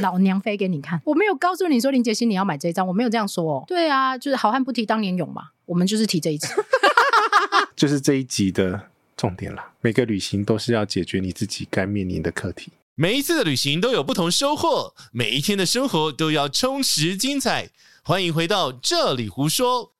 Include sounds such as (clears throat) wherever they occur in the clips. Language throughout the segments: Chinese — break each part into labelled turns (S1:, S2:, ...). S1: 老娘飞给你看。我没有告诉你说林杰心你要买这一张，我没有这样说哦。对啊，就是好汉不提当年勇嘛，我们就是提这一次。
S2: 就是这一集的重点啦。每个旅行都是要解决你自己该面临的课题。
S3: 每一次的旅行都有不同收获，每一天的生活都要充实精彩。欢迎回到这里胡说。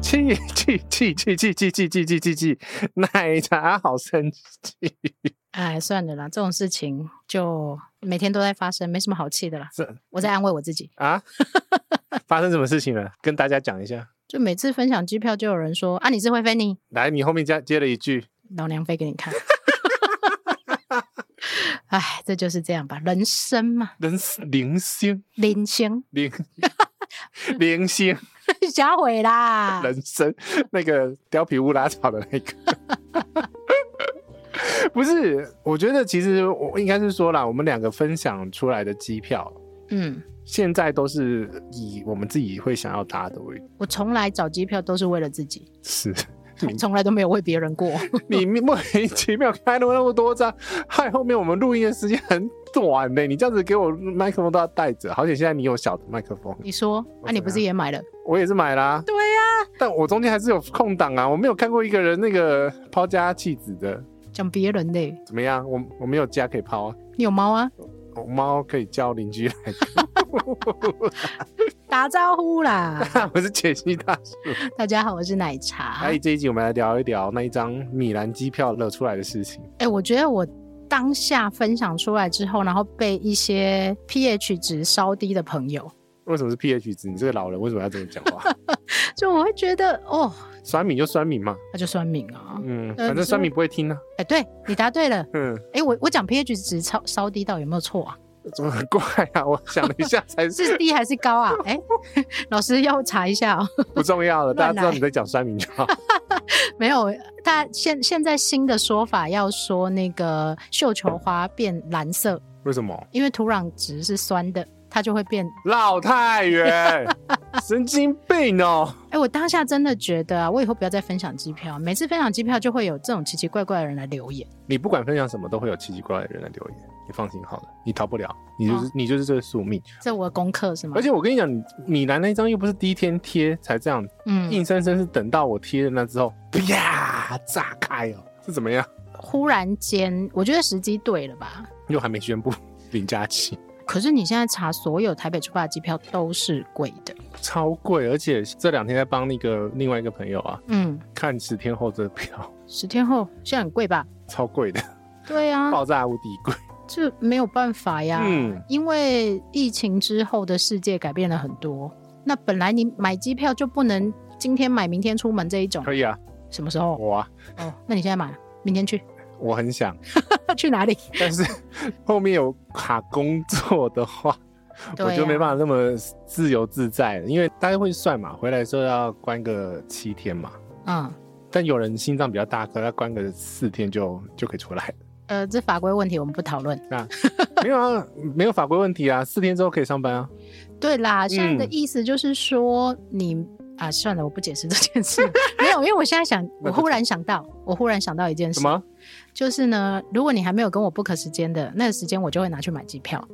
S2: 气气气气气气气气气气气，奶茶好生气。
S1: (laughs) 哎，算了啦，这种事情就每天都在发生，没什么好气的啦。
S2: 这
S1: 我在安慰我自己。
S2: 啊，发生什么事情了？跟大家讲一下。
S1: 就每次分享机票，就有人说啊，你是会飞你，
S2: 来，你后面加接了一句，
S1: 老娘飞给你看。 (laughs) 哎，这就是这样吧，人生嘛，
S2: 人零星
S1: 人生
S2: 零零星
S1: (laughs) 瞎毁啦。
S2: 人生那个貂皮乌拉草的那个。不是，我觉得其实我应该是说啦，我们两个分享出来的机票，
S1: 嗯，
S2: 现在都是以我们自己会想要搭的为
S1: 我从来找机票都是为了自己，
S2: 是。
S1: 从来都没有为别人过。
S2: (laughs) 你莫名其妙开了那么多张，害后面我们录音的时间很短呢、你这样子给我麦克风都要带着，好险现在你有小的麦克风，
S1: (laughs) 你说，
S2: 我
S1: 啊，你不
S2: 怎
S1: 是也买了？
S2: 我也是买啦、
S1: 对啊呀、
S2: 但我中间还是有空档啊，我没有看过一个人那个抛家弃子的，
S1: 讲别人的，
S2: 怎么样？我我没有家可以抛啊，
S1: 你有猫啊？
S2: 我猫可以叫邻居 (laughs) 来
S1: 打招呼啦！
S2: 看，我是解析大叔。
S1: 大家好，我是奶茶。
S2: 哎，这一集我们来聊一聊那一张米兰机票乐出来的事情。
S1: 哎、我觉得我当下分享出来之后，然后被一些 pH 值稍低的朋友，
S2: 为什么是 pH 值？你这个老人为什么要这么讲话？
S1: 就我会觉得哦，
S2: 酸米就酸米嘛，
S1: 那就酸敏啊。
S2: 嗯，
S1: 呃
S2: 反正酸米不会听啊，
S1: 哎、对你答对了。
S2: 嗯，
S1: 哎、我我讲 pH 值超稍低到有没有错啊？
S2: 怎么很怪啊？我想了一下才是
S1: 是低还是高啊？哎、 (laughs) 老师要查一下哦。 (laughs)
S2: 不重 (laughs) 要的，大
S1: 乱来
S2: 家知道你在讲酸米就好。
S1: 没有，他现现在新的说法要说那个绣球花变蓝色，
S2: (laughs) 为什么？
S1: 因为土壤质是酸的，它就会变。
S2: 老太 (laughs) 原，神经病哦！
S1: 哎，我当下真的觉得啊，我以后不要再分享机票，每次分享机票就会有这种奇奇怪怪的人来留言。
S2: 你不管分享什么，都会有奇奇怪怪的人来留言。你放心好了，你逃不了，你就是、
S1: 哦
S2: 你就是这个宿命。
S1: 这我的功课是吗？
S2: 而且我跟你讲，米兰那一张又不是第一天贴才这样，
S1: 嗯，
S2: 硬生生是等到我贴了那之后，啪炸开哦，是怎么样？
S1: 忽然间，我觉得时机对了吧？
S2: 又还没宣布零假期，
S1: 可是你现在查所有台北出发的机票都是贵的，
S2: 超贵。而且这两天在帮那个另外一个朋友啊，
S1: 嗯，
S2: 看十天后这票， (laughs)
S1: 十天后现在很贵吧？
S2: 超贵的，
S1: 对啊，
S2: 爆炸无敌贵。
S1: 这没有办法呀，
S2: 嗯
S1: 因为疫情之后的世界改变了很多。那本来你买机票就不能今天买明天出门这一种，
S2: 可以啊，
S1: 什么时候？
S2: 我啊，
S1: 哦，那你现在买了，明天去， (laughs)
S2: 我很想，
S1: 去哪里？
S2: 但是后面有卡工作
S1: (laughs)
S2: 的话，
S1: 对
S2: 我就
S1: 啊
S2: 没办法那么自由自在了，因为大家会算嘛，回来的时候要关个七天嘛。
S1: 嗯，
S2: 但有人心脏比较大颗，他关个四天就就可以出来了。
S1: 呃，这法规问题我们不讨论。 (laughs)
S2: 没有啊，没有法规问题啊，四天之后可以上班啊。
S1: 对啦，现在的
S2: 嗯
S1: 意思就是说、你啊，算了，我不 (laughs) 解释这件事。没有，因为我现在想，我忽然想到，我忽然想到一件事
S2: 什，么？
S1: 就是呢，如果你还没有跟我 book 时间的那个时间，我就会拿去买机票。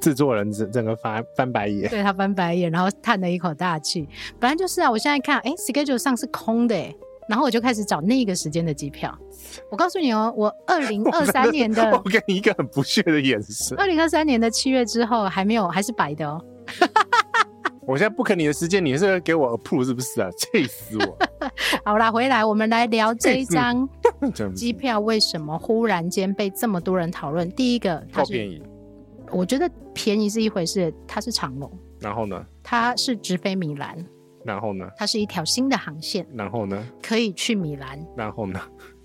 S2: 制作人整整个翻翻白眼。
S1: 对他翻白眼，然后叹了一口大气。本来就是啊，我现在看，哎，schedule 上是空的，哎，然后我就开始找那个时间的机票。我告诉你哦，我二零二三年的
S2: (laughs) 我给你一个很不屑的
S1: (laughs)
S2: 眼神。
S1: 二零二三年的七月之后还没有，还是白的哦。
S2: 我现在不肯你的时间，你是给我 approve 是不是啊？气
S1: (laughs)
S2: 死我！
S1: 好啦，回来我们来聊
S2: 嗯
S1: 这一张
S2: 这样子
S1: 机票为什么忽然间被这么多人讨论。第一个，它
S2: 够便
S1: 是
S2: 宜。
S1: 我觉得便宜是一回事，它是长龙，
S2: 然后呢？
S1: 它是直飞米兰，
S2: 然后呢？
S1: 它是一条新的航线，
S2: 然后呢？
S1: 可以去米兰
S2: 然后呢？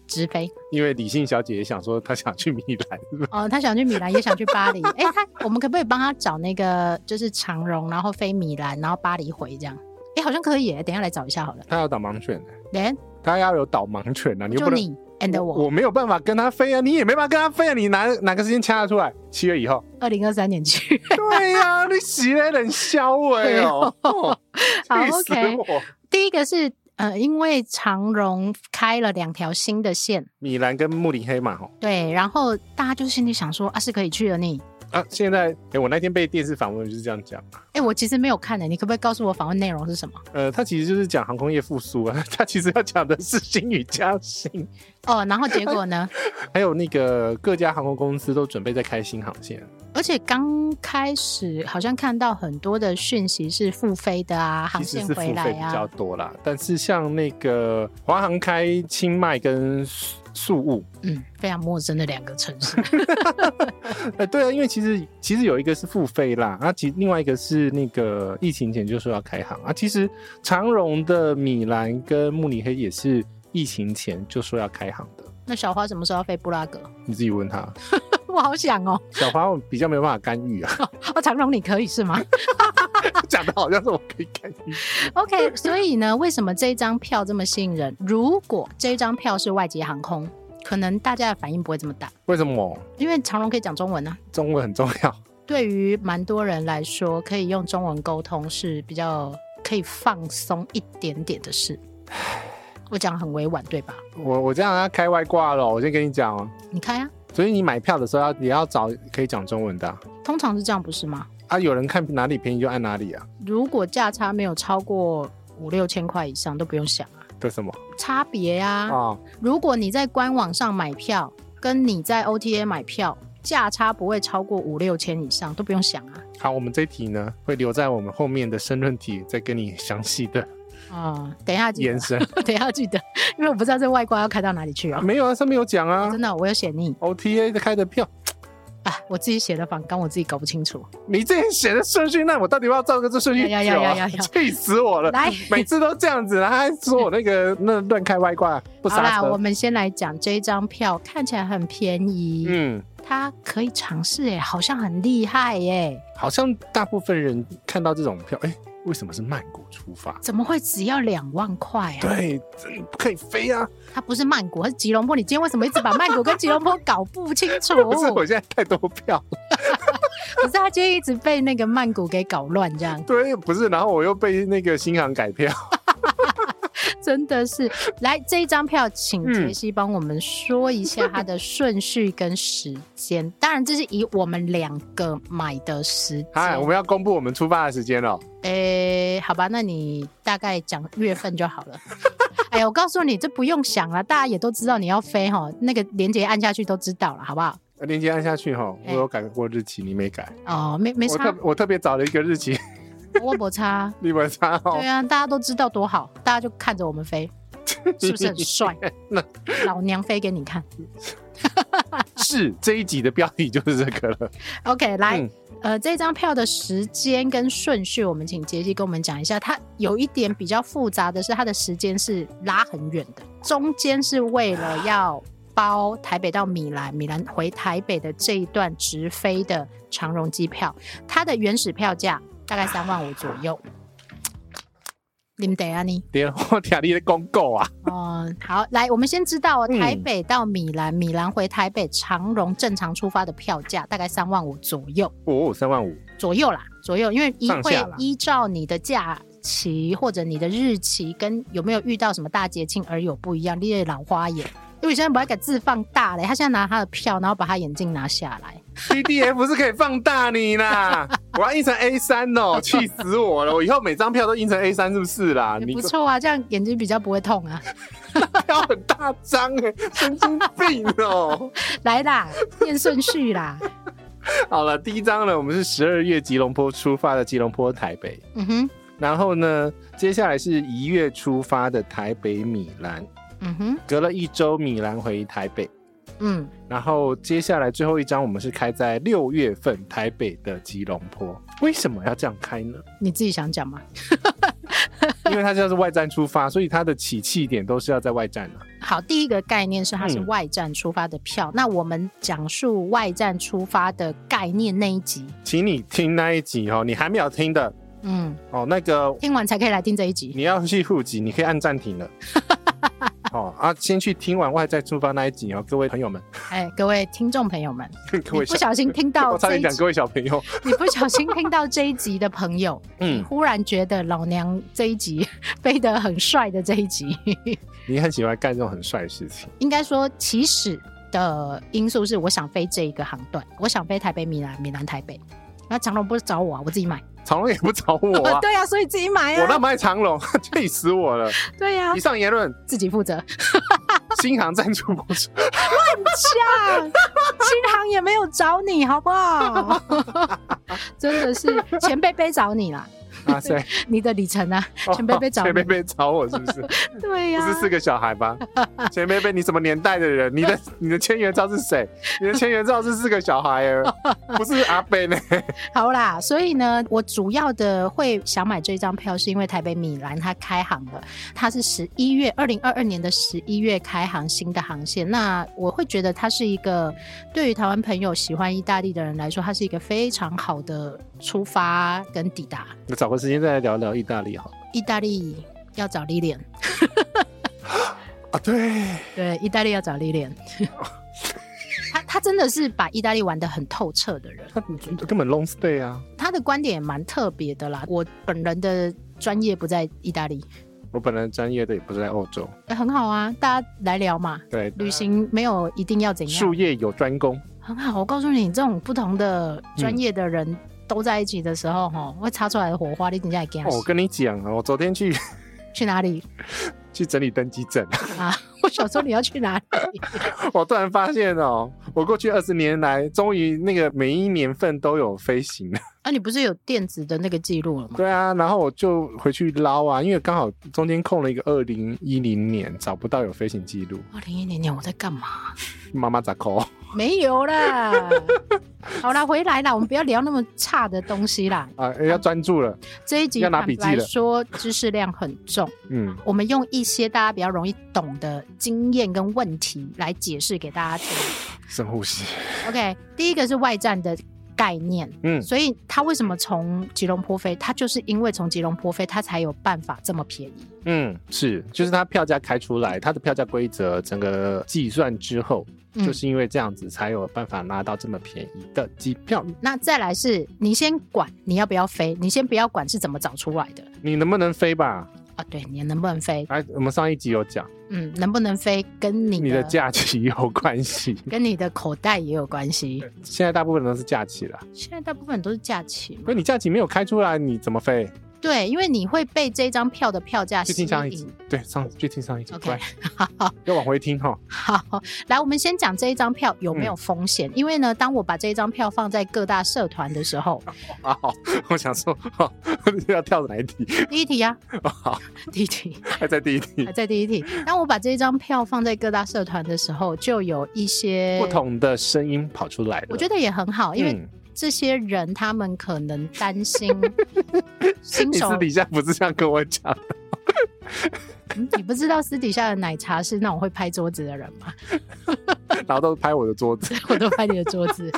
S1: 直飞。
S2: 因为李信小姐也想说她想去米兰，是 (laughs) 不是
S1: 哦，他想去米兰，也想去巴
S2: (laughs)
S1: 黎。哎、他我们可不可以帮他找那个就是长荣，然后飞米兰，然后巴黎回这样？哎、好像可以耶，等一下来找一下好了。
S2: 她有导盲犬的，
S1: 连
S2: 她要有导盲犬啊，你又
S1: 就
S2: 不能
S1: 你 and 我
S2: 我没有办法跟他飞啊，你也没办法跟他飞啊，你哪哪个时间掐得出来？七月以
S1: (laughs)
S2: 后。
S1: 二零二三年
S2: (laughs)
S1: 去。
S2: 对呀、你洗了冷消委哦，哦
S1: (laughs) 好
S2: (laughs) 气死
S1: ，OK
S2: 我！
S1: 第一个是呃，因为长荣开了两条新的线，
S2: 米兰跟慕尼黑嘛，吼
S1: 对，然后大家就心里想说啊，是可以去了你。
S2: 啊，现在哎，我那天被电视访问就是这样讲，
S1: 哎、我其实没有看呢、你可不可以告诉我访问内容是什么？
S2: 呃，他其实就是讲航空业复苏啊， (laughs) 他其实要讲的是新与加薪，
S1: 哦，然后结果呢？
S2: 还有那个各家航空公司都准备在开新航线，
S1: 而且刚开始好像看到很多的讯息是复飞的啊，航
S2: 其实
S1: 线
S2: 是
S1: 回
S2: 付
S1: 来
S2: 费比较
S1: 啊，
S2: 多啦，但是像那个华航开清迈跟宿宿务，
S1: 嗯，非常陌生的两个城市。 (laughs)
S2: 呃，对啊，因为其实其实有一个是付费啦，啊，其另外一个是那个疫情前就说要开航啊，其实长荣的米兰跟慕尼黑也是疫情前就说要开航的，
S1: 那小花什么时候要飞布拉格？ (laughs)
S2: 你自己问他，
S1: 我好想哦，
S2: 小华我比较没有办法干预啊， (laughs)
S1: 哦，长荣你可以是吗
S2: 讲的好像是我可以干预，
S1: ？OK，所以呢，为什么这张票这么吸引人？如果这张票是外籍航空，可能大家的反应不会这么大，
S2: 为什么？
S1: 因为长荣可以讲中文啊。
S2: 中文很重要，
S1: 对于蛮多人来说，可以用中文沟通是比较可以放松一点点的事。我讲很委婉，对吧？
S2: 我我这样要开外挂了，我先跟你讲哦，
S1: 你开啊，
S2: 所以你买票的时候要也要找可以讲中文的啊
S1: 通常是这样，不是吗？
S2: 啊有人看哪里便宜就按哪里啊，
S1: 如果价差没有超过五六千块以上，都不用想啊
S2: 这什么
S1: 差别啊。
S2: 啊？
S1: 如果你在官网上买票，跟你在 OTA 买票，价差不会超过五六千以上，都不用想啊。
S2: 好，我们这一题呢会留在我们后面的申论题再跟你详细的
S1: 啊、等一下记
S2: 延
S1: 得，
S2: 伸。
S1: (laughs) 等一下记得，因为我不知道这外挂要开到哪里去哦。
S2: 没有啊，上面有讲啊
S1: 真的，我有写你
S2: ，OTA 开的票，
S1: 啊，我自己写的访纲，我自己搞不清楚。
S2: 你这些写的顺序，那我到底要不要照着这顺序走
S1: 要
S2: 啊？
S1: 要要要要
S2: (laughs) 气死我了！嗯
S1: 来，
S2: (laughs) 每次都这样子，然后还说我
S1: (laughs)
S2: 那个那乱开外挂不
S1: 好
S2: 刹
S1: 啦，我
S2: 车。
S1: 们先来讲这一张票，看起来很便宜，
S2: 嗯，
S1: 它可以尝试诶，好像很厉害耶，
S2: 好像大部分人看到这种票，哎，为什么是曼谷出发？
S1: 怎么会只要两万块啊？
S2: 对，这不可以飞啊！
S1: 它不是曼谷，它是吉隆坡，你今天为什么一直把曼谷跟吉隆坡搞不清楚？
S2: (laughs) 不是，我现在太多票 (laughs) 了，
S1: 可是他今天一直被那个曼谷给搞乱，这
S2: (laughs)
S1: 样
S2: 对，不是，然后我又被那个新航改票， (laughs)
S1: 真的是。来，这一张票，请
S2: 嗯
S1: 杰西帮我们说一下它的顺序跟时间。当然，这是以我们两个买的时
S2: 哎，我
S1: 间。
S2: 们要公布我们出发的时间了。
S1: 诶、好吧，那你大概讲月份就好了。 (laughs) 哎呀，我告诉你，这不用想了，大家也都知道你要飞哈，那个连接按下去都知道了，好不好？
S2: 链接按下去哈，我
S1: 哎
S2: 有改过日期，你没改。
S1: 哦，没没
S2: 我
S1: 差
S2: 特，我特别找了一个日期， (laughs)
S1: 我没差。
S2: 你们查哦
S1: 对。啊，大家都知道多好，大家就看着我们飞，是不是很帅？老娘飞给你看。
S2: (laughs) 是这一集的标题就是这个了。
S1: OK，来，
S2: 嗯
S1: 呃，这张票的时间跟顺序，我们请杰西跟我们讲一下。它有一点比较复杂的是，它的时间是拉很远的，中间是为了要包台北到米兰、米兰回台北的这一段直飞的长荣机票，它的原始票价大概三万五左右。你们等一下你
S2: 连我条例的公告啊，
S1: 哦，好，来，我们先知道哦
S2: 嗯
S1: 台北到米兰，米兰回台北长荣正常出发的票价大概三万五左右。
S2: 哦，三万五，
S1: 左右啦，左右，因为一
S2: 上
S1: 会
S2: 下啦
S1: 依照你的假期或者你的日期跟有没有遇到什么大节庆而有不一样。列老花眼，因为现在不爱给字放大嘞，他现在拿他的票，然后把他眼镜拿下来。
S2: PDF 是可以放大
S1: (laughs)
S2: 你啦。我要印成 A 三哦，气死我了！我以后每张票都印成 A 三是不是啦？
S1: 也
S2: 你
S1: 不错啊，这样眼睛比较不会痛啊。
S2: 票很大张哎、神经病
S1: (laughs)
S2: 哦！
S1: 来啦，念顺序啦。
S2: 好了，第一张呢，我们是十二月吉隆坡出发的吉隆坡台北，
S1: 嗯哼，
S2: 然后呢，接下来是一月出发的台北米兰，
S1: 嗯哼，
S2: 隔了一周米兰回台北。
S1: 嗯，
S2: 然后接下来最后一张，我们是开在六月份台北的吉隆坡。为什么要这样开呢？
S1: 你自己想讲嘛。 (laughs)
S2: 因为它现在是外站出发，所以它的起讫点都是要在外站的、
S1: 好，第一个概念是它是
S2: 嗯
S1: 外站出发的票，那我们讲述外站出发的概念那一集，
S2: 请你听那一集哦，你还没有听的
S1: 嗯，
S2: 哦，那个
S1: 听完才可以来听这一集。 (laughs)
S2: 你要去户籍，你可以按暂停了。哦啊，先去听完外在出发那一集哦，各位朋友们，
S1: 哎，各位听众朋友
S2: (laughs)
S1: 们，
S2: 各
S1: 你
S2: 位
S1: 不
S2: 小，
S1: 小心听到
S2: 我差
S1: 这
S2: 点
S1: 一
S2: 讲
S1: 集
S2: 各，位小朋友，
S1: 你不小心听到这一集的朋友，
S2: 嗯，
S1: 忽然觉得老娘这一集 (laughs) 飞得很帅的这一集， (laughs)
S2: 你很喜欢干这种很帅的事情，
S1: 应该说起始的因素是我想飞这一个航段，我想飞台北米兰，米兰台北。那长龙不是找我啊，我自己买。
S2: 长龙也不找我啊，
S1: (laughs) 对啊，所以自己买
S2: 我那
S1: 啊。
S2: 么爱长龙， (laughs) 气死
S1: (laughs)
S2: 我了！
S1: 对啊
S2: 以，上言论，
S1: 自己负责。
S2: 新航赞助播
S1: (laughs)
S2: 出。
S1: 像， (laughs) 新航也没有找你，好不
S2: (laughs)
S1: 好？真的是钱贝贝找你啦，
S2: 啊塞！
S1: 你的里程啊，钱贝贝找
S2: 钱
S1: 你
S2: 贝，贝找我是不是？
S1: 对
S2: 哦不
S1: 呀、
S2: 是四个小孩吧？钱贝贝，你什么年代的人？ (laughs) 你的你的千元照是谁？你的千元照是四个小孩儿，不是阿贝呢？
S1: 好啦，所以呢，我主要的会想买这张票，是因为台北米兰它开航了，它是十一月二零二二年的十一月开航新的航线。那我会觉得它是一个对于台湾朋友喜欢意大利的人来说，它是一个非常好的出发跟抵达。
S2: 那 (laughs) 找个时间再来聊聊意大利好了
S1: 意大利要找 Lilian，
S2: 啊，对，
S1: 对，意大利要找历练。 (laughs) 他他真的是把意大利玩得很透彻的人，
S2: 他根本 long stay 啊！
S1: 他的观点也蛮特别的啦。我本人的专业不在意大利，
S2: 我本来专业的也不是在欧洲，
S1: 哎很好啊，大家来聊嘛。
S2: 对，
S1: 旅行没有一定要怎样
S2: 呃术，业有专攻，
S1: 很好。我告诉你，这种不同的专业的人都在一起的时候，哈、会擦出来的火花，你等下也给
S2: 哦我跟你讲啊，我昨天去
S1: 去哪里 (laughs)
S2: 去整理登机证， (laughs)
S1: 啊？我想说你要去哪里？ (laughs)
S2: 我突然发现哦，我过去二十年来，终于那个每一年份都有飞行了。
S1: 啊，你不是有电子的那个记录了吗？
S2: 对啊，然后我就回去捞啊，因为刚好中间空了一个二零一零年，找不到有飞行记录，
S1: 二零一零年我在干嘛？
S2: 妈妈咋扣？
S1: 没有啦。 (laughs) 好啦，回来啦，我们不要聊那么差的东西啦。
S2: (laughs) 啊，哎要专注了，
S1: 这一集
S2: 要拿
S1: 坦
S2: 笔记
S1: 白
S2: 了
S1: 说知识量很重，
S2: 嗯，
S1: 我们用一些大家比较容易懂的经验跟问题来解释给大家听。
S2: 深呼吸，
S1: OK，第一个是外站的概念，
S2: 嗯，
S1: 所以它为什么从吉隆坡飞？它就是因为从吉隆坡飞，它才有办法这么便宜。
S2: 嗯，是，就是它票价开出来，它的票价规则整个计算之后，
S1: 嗯
S2: 就是因为这样子才有办法拿到这么便宜的机票。
S1: 那再来是你先管你要不要飞，你先不要管是怎么找出来的
S2: 你能不能飞吧？
S1: 啊？对，你能不能飞？
S2: 哎，我们上一集有讲，
S1: 嗯，能不能飞跟
S2: 你的假期有关系， (laughs)
S1: 跟你的口袋也有关系。
S2: 现在大部分都是假期了，
S1: 现在大部分都是假期嘛，
S2: 不是你假期没有开出来，你怎么飞？
S1: 对，因为你会被这张票的票价
S2: 去
S1: 吸
S2: 听上一集
S1: 引。， (laughs)
S2: 对，上去听上一集，
S1: OK
S2: 乖，要往回听哈。
S1: 好，来，我们先讲这一张票有
S2: 嗯
S1: 没有风险？因为呢，当我把这一张票放在各大社团的时候，
S2: 啊，好，我想说，好， (laughs) 要跳哪一题？
S1: 第一题
S2: (laughs)
S1: 啊，
S2: 好，
S1: 第一题
S2: 还在第一题
S1: 还。在第一题。当我把这一张票放在各大社团的时候，就有一些
S2: 不，同的声音跑出来了。
S1: 我觉得也很好，因为
S2: 嗯，
S1: 这些人他们可能担
S2: (laughs)
S1: 心新
S2: 你
S1: 手
S2: 私底下不是这样跟我讲， (laughs)
S1: 嗯你不知道私底下的奶茶是那种会拍桌子的人吗？
S2: 然后都拍我的桌
S1: (laughs)
S2: 子。
S1: 我都拍你的桌子。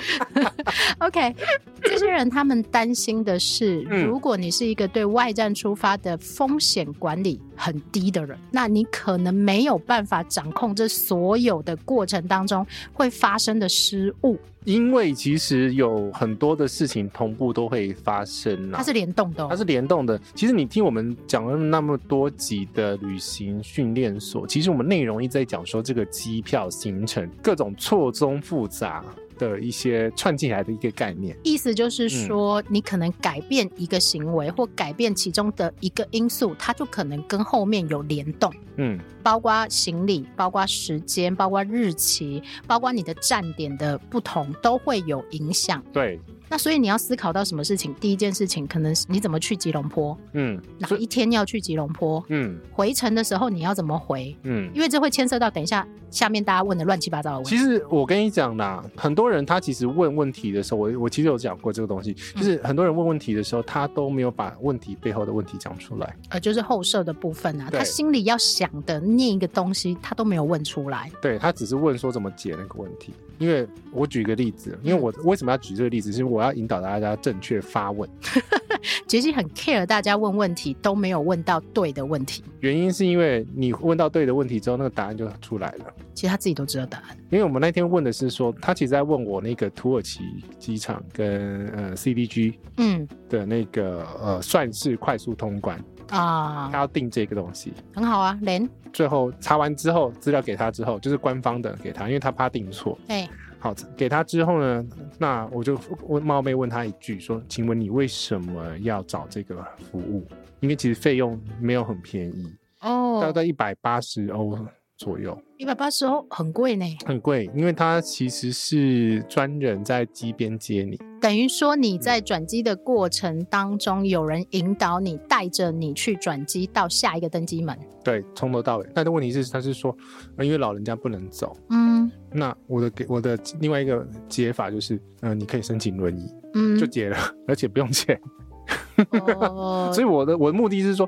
S1: OK，这些人他们担心的是，
S2: 嗯
S1: 如果你是一个对外战出发的风险管理很低的人，那你可能没有办法掌控这所有的过程当中会发生的失误，
S2: 因为其实有很多的事情同步都会发生啦
S1: 它。是联动的、
S2: 它
S1: 哦。
S2: 是联动的。其实你听我们讲了那么多集的旅行训练所，其实我们内容一直在讲说这个机票行程各种错综复杂的一些串进来的一个概念。
S1: 意思
S2: 嗯
S1: 就是说，你可能改变一个行为或改变其中的一个因素，它就可能跟后面有联动。
S2: 嗯，
S1: 包括行李、包括时间、包括日期、包括你的站点的不同，都会有影响。
S2: 对，
S1: 那所以你要思考到什么事情？第一件事情可能是你怎么去吉隆坡，
S2: 嗯，
S1: 哪
S2: 所以
S1: 一天要去吉隆坡，
S2: 嗯
S1: 回程的时候你要怎么回？
S2: 嗯。
S1: 因为这会牵涉到等一下下面大家问的乱七八糟的问
S2: 其
S1: 题。
S2: 实我跟你讲啦，很多人他其实问问题的时候，我我其实有讲过这个东西，就是很多人问问题的时候，他都没有把问题背后的问题讲出来。
S1: 呃，就是后设的部分啊，
S2: 对
S1: 他心里要想的念一个东西，他都没有问出来。
S2: 对他只是问说怎么解那个问题。因为我举个例子，因为我为什么要举这个例子，是我要引导大家正确发问。
S1: 杰西很 care 大家问问题都没有问到对的问题，
S2: 原因是因为你问到对的问题之后，那个答案就出来了。
S1: 其实他自己都知道答案。
S2: 因为我们那天问的是说，他其实在问我那个土耳其机场跟呃 CDG
S1: 嗯
S2: 的那个呃算是快速通关，
S1: 啊
S2: 他，要定这个东西。
S1: 很好啊，连
S2: 最后查完之后，资料给他之后，就是官方的给他，因为他怕定错。
S1: 哎、
S2: 好，给他之后呢，那我就问冒昧问他一句，说：“请问你为什么要找这个服务？因为其实费用没有很便宜，大
S1: 哦，
S2: 概一百八十欧左右，
S1: 一百八十欧很贵呢，
S2: 很贵。因为它其实是专人在机边接你，
S1: 等于说你在
S2: 嗯
S1: 转机的过程当中，有人引导你，带着你去转机到下一个登机门。
S2: 对，从头到尾。但是问题是，他是说，呃因为老人家不能走。
S1: 嗯
S2: 那我的给我的另外一个解法就是，嗯、你可以申请轮椅，
S1: 嗯
S2: 就， (laughs) 解了，而且不用钱。
S1: 哦
S2: 所以我的我的目的是说，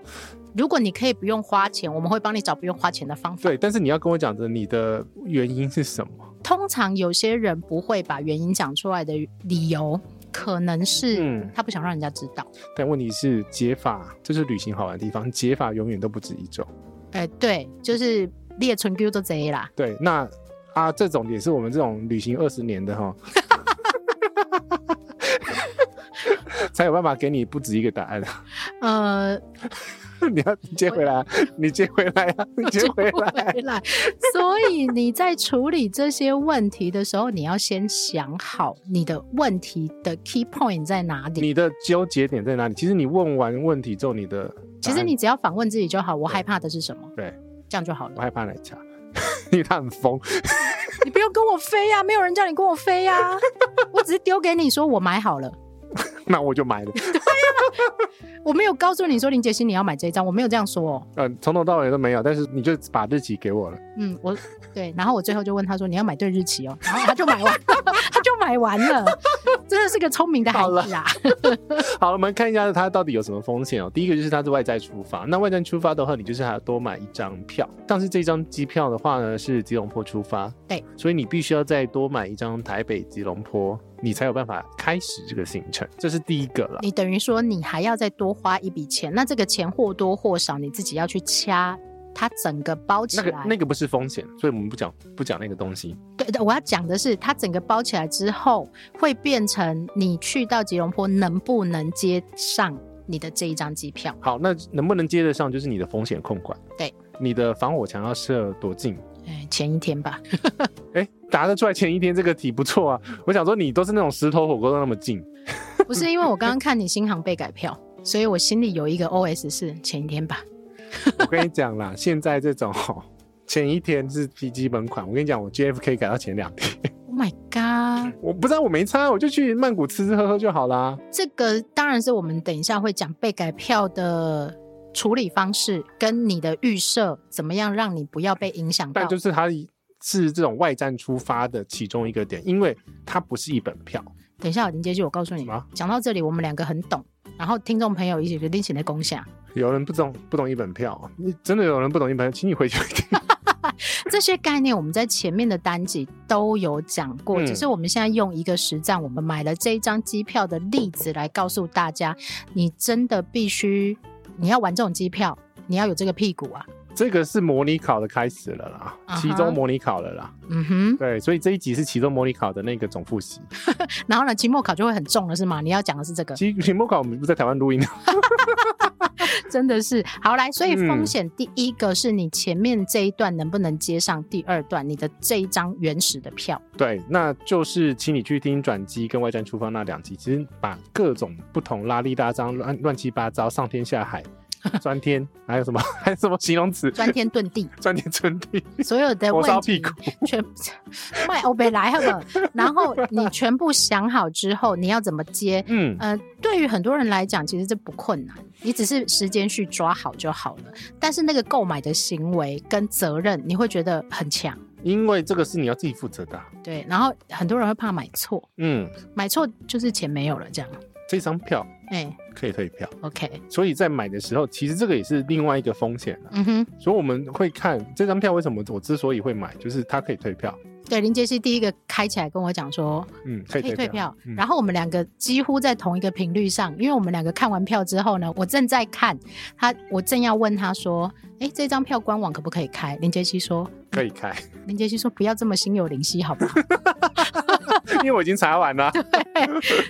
S1: 如果你可以不用花钱，我们会帮你找不用花钱的方法。
S2: 对，但是你要跟我讲的你的原因是什么？
S1: 通常有些人不会把原因讲出来的理由，可能是
S2: 嗯，
S1: 他不想让人家知道。
S2: 但问题是解法，这是旅行好玩的地方，解法永远都不止一种。
S1: 哎、对，就是列存 Q 都贼啦。
S2: 对，那啊，这种也是我们这种旅行二十年的哈。 (laughs) 才有办法给你不止一个答案。啊
S1: 呃，
S2: (laughs) 你要你接回来啊，你接回来啊， (laughs) 你接回来。
S1: 回来。所以你在处理这些问题的时候，你要先想好你的问题的 key point 在哪里。
S2: 你的纠结点在哪里？其实你问完问题之后，你的
S1: 其
S2: 答
S1: 实
S2: 案
S1: 你只要反问自己就好，我害怕的是什么？
S2: 对，
S1: 这样就好
S2: 我
S1: 了。
S2: 害怕奶茶， (laughs) 因为他很疯。
S1: 你不用跟我飞啊呀、没有人叫你跟我飞呀、我只是丢给你说我买好了，
S2: 那我就买了。
S1: 我没有告诉你说林杰西你要买这一张，我没有这样说哦。
S2: 嗯、从头到尾都没有，但是你就把日期给我了。
S1: 嗯，我对，然后我最后就问他说你要买对日期哦，然后他就买完了， (laughs) 他就买完了，真的是个聪明的孩子啊。
S2: 好，我们看一下它到底有什么风险哦。第一个就是它是外在出发，那外在出发的话，你就是还要多买一张票。但是这张机票的话呢，是吉隆坡出发，
S1: 对，
S2: 所以你必须要再多买一张台北吉隆坡，你才有办法开始这个行程。这是第一个了。
S1: 你等于说你还要再多花一笔钱，那这个钱或多或少你自己要去掐，它整个包起
S2: 那
S1: 来。
S2: 个那个不是风险，所以我们不讲不讲那个东西。
S1: 对对，我要讲的是，它整个包起来之后，会变成你去到吉隆坡能不能接上你的这一张机票？
S2: 好，那能不能接得上，就是你的风险控管。
S1: 对，
S2: 你的防火墙要设多近？
S1: 哎，前一天
S2: (laughs)
S1: 吧，
S2: 哎，答得出来前一天这个题不错啊。我想说，你都是那种石头火锅都那么近，
S1: 不是因为我刚刚看你新航被改票，所以我心里有一个 OS 是前一天吧。
S2: 我跟你讲啦，现在这种、哦、前一天是低基本款，我跟你讲，我 JFK 改到前两天，
S1: Oh my god！
S2: 我不知道我没差，我就去曼谷吃吃喝喝就好啦。
S1: 这个当然是我们等一下会讲被改票的处理方式，跟你的预设怎么样让你不要被影响
S2: 但
S1: 到
S2: 就。是它是这种外站出发的其中一个点，因为它不是一本票，
S1: 等一下，我林接续，我告诉你
S2: 什么，
S1: 讲到这里，我们两个很懂，然后听众朋友一起拎起来共享。
S2: 有人不懂不懂一本票，你真的有人不懂一本票，请你回去听。
S1: 这些概念我们在前面的单集都有讲过，
S2: 嗯
S1: 只是我们现在用一个实战，我们买了这一张机票的例子来告诉大家，你真的必须，你要玩这种机票，你要有这个屁股啊，
S2: 这个是模拟考的开始了啦，
S1: 啊哈
S2: 期中模拟考了啦。
S1: 嗯哼，
S2: 对，所以这一集是期中模拟考的那个总复习。
S1: 然后呢，期末考就会很重了，是吗？你要讲的是这个，
S2: 期期末考我们不在台湾录音，
S1: 真的是好来，所以
S2: 嗯
S1: 风险第一个是你前面这一段能不能接上第二段你的这一张原始的票，
S2: 对，那就是请你去听转机跟外站出发那两集，其实把各种不同拉力大张、乱乱七八糟、上天下
S1: (laughs)
S2: 海、钻天，还有什么还有什么形容词？
S1: 钻天遁地，
S2: 钻天钻地，
S1: 所有的
S2: 火烧
S1: 问
S2: 屁
S1: 题
S2: 股。
S1: 全卖欧贝来好不好？然后你全部想好之后，你要怎么接？
S2: 嗯，
S1: 呃，对于很多人来讲，其实这不困难，你只是时间去抓好就好了。但是那个购买的行为跟责任，你会觉得很强，
S2: 因为这个是你要自己负责的啊、
S1: 对。然后很多人会怕买错，
S2: 嗯，
S1: 买错就是钱没有了这样。
S2: 这张票
S1: 哎
S2: 可以退票，
S1: ，OK，
S2: 所以在买的时候，其实这个也是另外一个风险了、啊
S1: 嗯哼，
S2: 所以我们会看这张票为什么我之所以会买，就是它可以退票，
S1: 对，林杰西第一个开起来跟我讲说
S2: 嗯，可
S1: 可
S2: 以
S1: 以退票，
S2: 嗯
S1: 然后我们两个几乎在同一个频率上，因为我们两个看完票之后呢，我正在看他，我正要问他说，哎，这张票官网可不可以开？林杰西说，
S2: 可以开， (laughs)
S1: 林杰西说不要这么心有灵犀，好不好？ (laughs)
S2: 因为我已经查完了。啊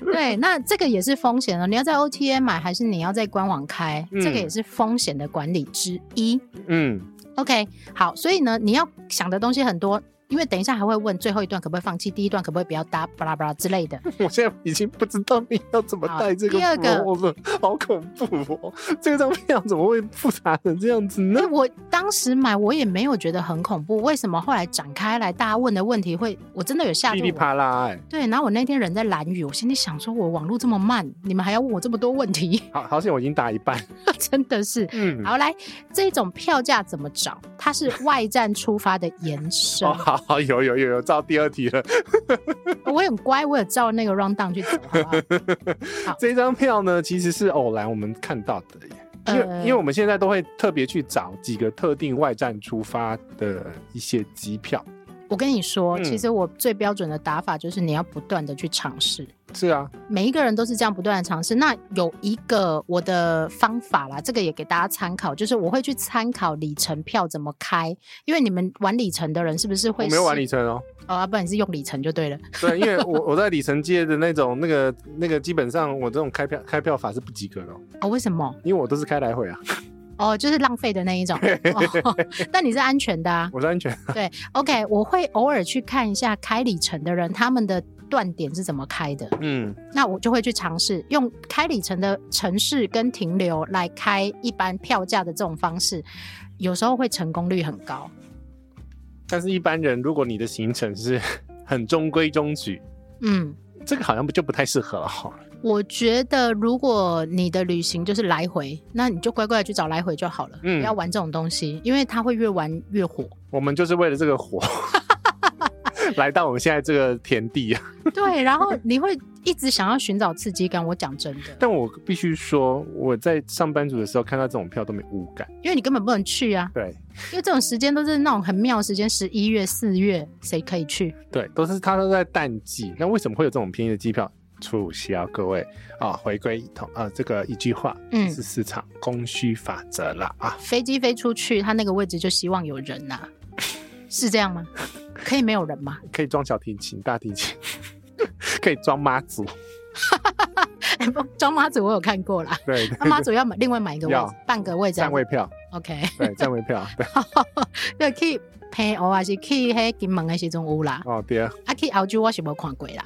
S1: 对，那这个也是风险哦。你要在 OTA 买，还是你要在官网开？
S2: 嗯
S1: 这个也是风险的管理之一。
S2: 嗯，
S1: OK，好，所以呢，你要想的东西很多，因为等一下还会问最后一段可不可以放弃，第一段可不可以不要搭，巴拉巴拉之类的。
S2: (laughs) 我现在已经不知道你要怎么
S1: 好
S2: 带这个
S1: 第二个
S2: 服务了，好恐怖哦！这张票怎么会复杂成这样子呢
S1: 那、？我当时买，我也没有觉得很恐怖，为什么后来展开来，大家问的问题会，我真的有吓
S2: 噼
S1: 住
S2: 里
S1: 我。
S2: 啪啦，哎，
S1: 对，然后我那天人在蓝雨，我心里想说，我网络这么慢，你们还要问我这么多问题， (laughs)
S2: 好，好险我已经打一半。
S1: 真的是。
S2: 嗯，
S1: 好，来，这种票价怎么找？它是外站出发的延伸
S2: 哦，。好好，有有有有，照第二题了。
S1: 我很乖，我有照那个 round down 去啊走，好不好？
S2: (laughs) 这张票呢，其实是偶然我们看到的耶，因为、
S1: 呃
S2: 因为我们现在都会特别去找几个特定外站出发的一些机票。
S1: 我跟你说，
S2: 嗯
S1: 其实我最标准的打法就是你要不断的去尝试。
S2: 是啊，
S1: 每一个人都是这样不断的尝试。那有一个我的方法啦，这个也给大家参考，就是我会去参考里程票怎么开，因为你们玩里程的人是不是
S2: 我
S1: 会
S2: 没有玩
S1: 是
S2: 里程哦。
S1: 哦，啊不然你是用里程就对了。
S2: 对，因为
S1: (laughs)
S2: 我我在里程界的那种那个那个，基本上我这种开票开票法是不及格的哦、
S1: 哦，为什么？
S2: 因为我都是开来回啊，
S1: 哦，就是浪费的那一种。
S2: (laughs)
S1: 哦、但你是安全的啊。
S2: 我是安全。
S1: 对，OK，我会偶尔去看一下开里程的人他们的断点是怎么开的。
S2: 嗯，
S1: 那我就会去尝试用开里程的城市跟停留来开一般票价的这种方式，有时候会成功率很高。
S2: 但是一般人如果你的行程是 (laughs) 很中规中矩，
S1: 嗯，
S2: 这个好像不就不太适合了哈、
S1: 我觉得如果你的旅行就是来回，那你就乖乖地去找来回就好了，
S2: 嗯
S1: 不要玩这种东西，因为它会越玩越
S2: (laughs)
S1: 火。
S2: 我们就是为了这个火， (laughs) 来到我们现在这个田地啊。
S1: 对，然后你会一直想要寻找刺激感。我讲真的，
S2: 但我必须说，我在上班族的时候看到这种票都没无感。
S1: 因为你根本不能去啊，
S2: 对
S1: 因为这种时间都是那种很妙的时间，十一月、四月，谁可以去？
S2: 对，都是它都在淡季。那为什么会有这种便宜的机票促销？各位啊，回归一统啊，这个一句话，
S1: 嗯
S2: 是市场供需法则啦啊。
S1: 飞机飞出去，它那个位置就希望有人呐、是这样吗？可以没有人吗？
S2: 可以装小提琴、大提琴， (laughs) 可以装妈祖，
S1: 哎不装妈祖我有看过
S2: (laughs)
S1: 啦，
S2: 对，
S1: 那妈祖要买另外买一个位
S2: 要
S1: 置，半个位置还
S2: 站
S1: 是。
S2: 位票，
S1: OK，
S2: 对，站位票， (laughs)
S1: (laughs) 对，
S2: 对，
S1: 去平湖还是去迄金门的时阵有啦，
S2: 哦，对啊，
S1: 啊去澳洲我是无看过
S2: (laughs)
S1: 啦。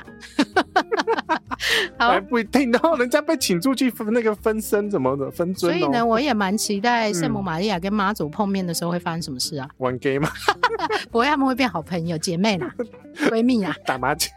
S1: 好
S2: 还，哎不一定，然后人家被请出去分那个分身怎么的分
S1: 所
S2: 尊
S1: 以呢，
S2: 哦，
S1: 我也蛮期待圣母玛利亚跟妈祖碰面的时候会发生什么事啊？
S2: 玩 gay 嘛，
S1: 不会他们会变好朋友、姐妹
S2: (laughs)
S1: 啦、闺蜜啦。
S2: 打麻将，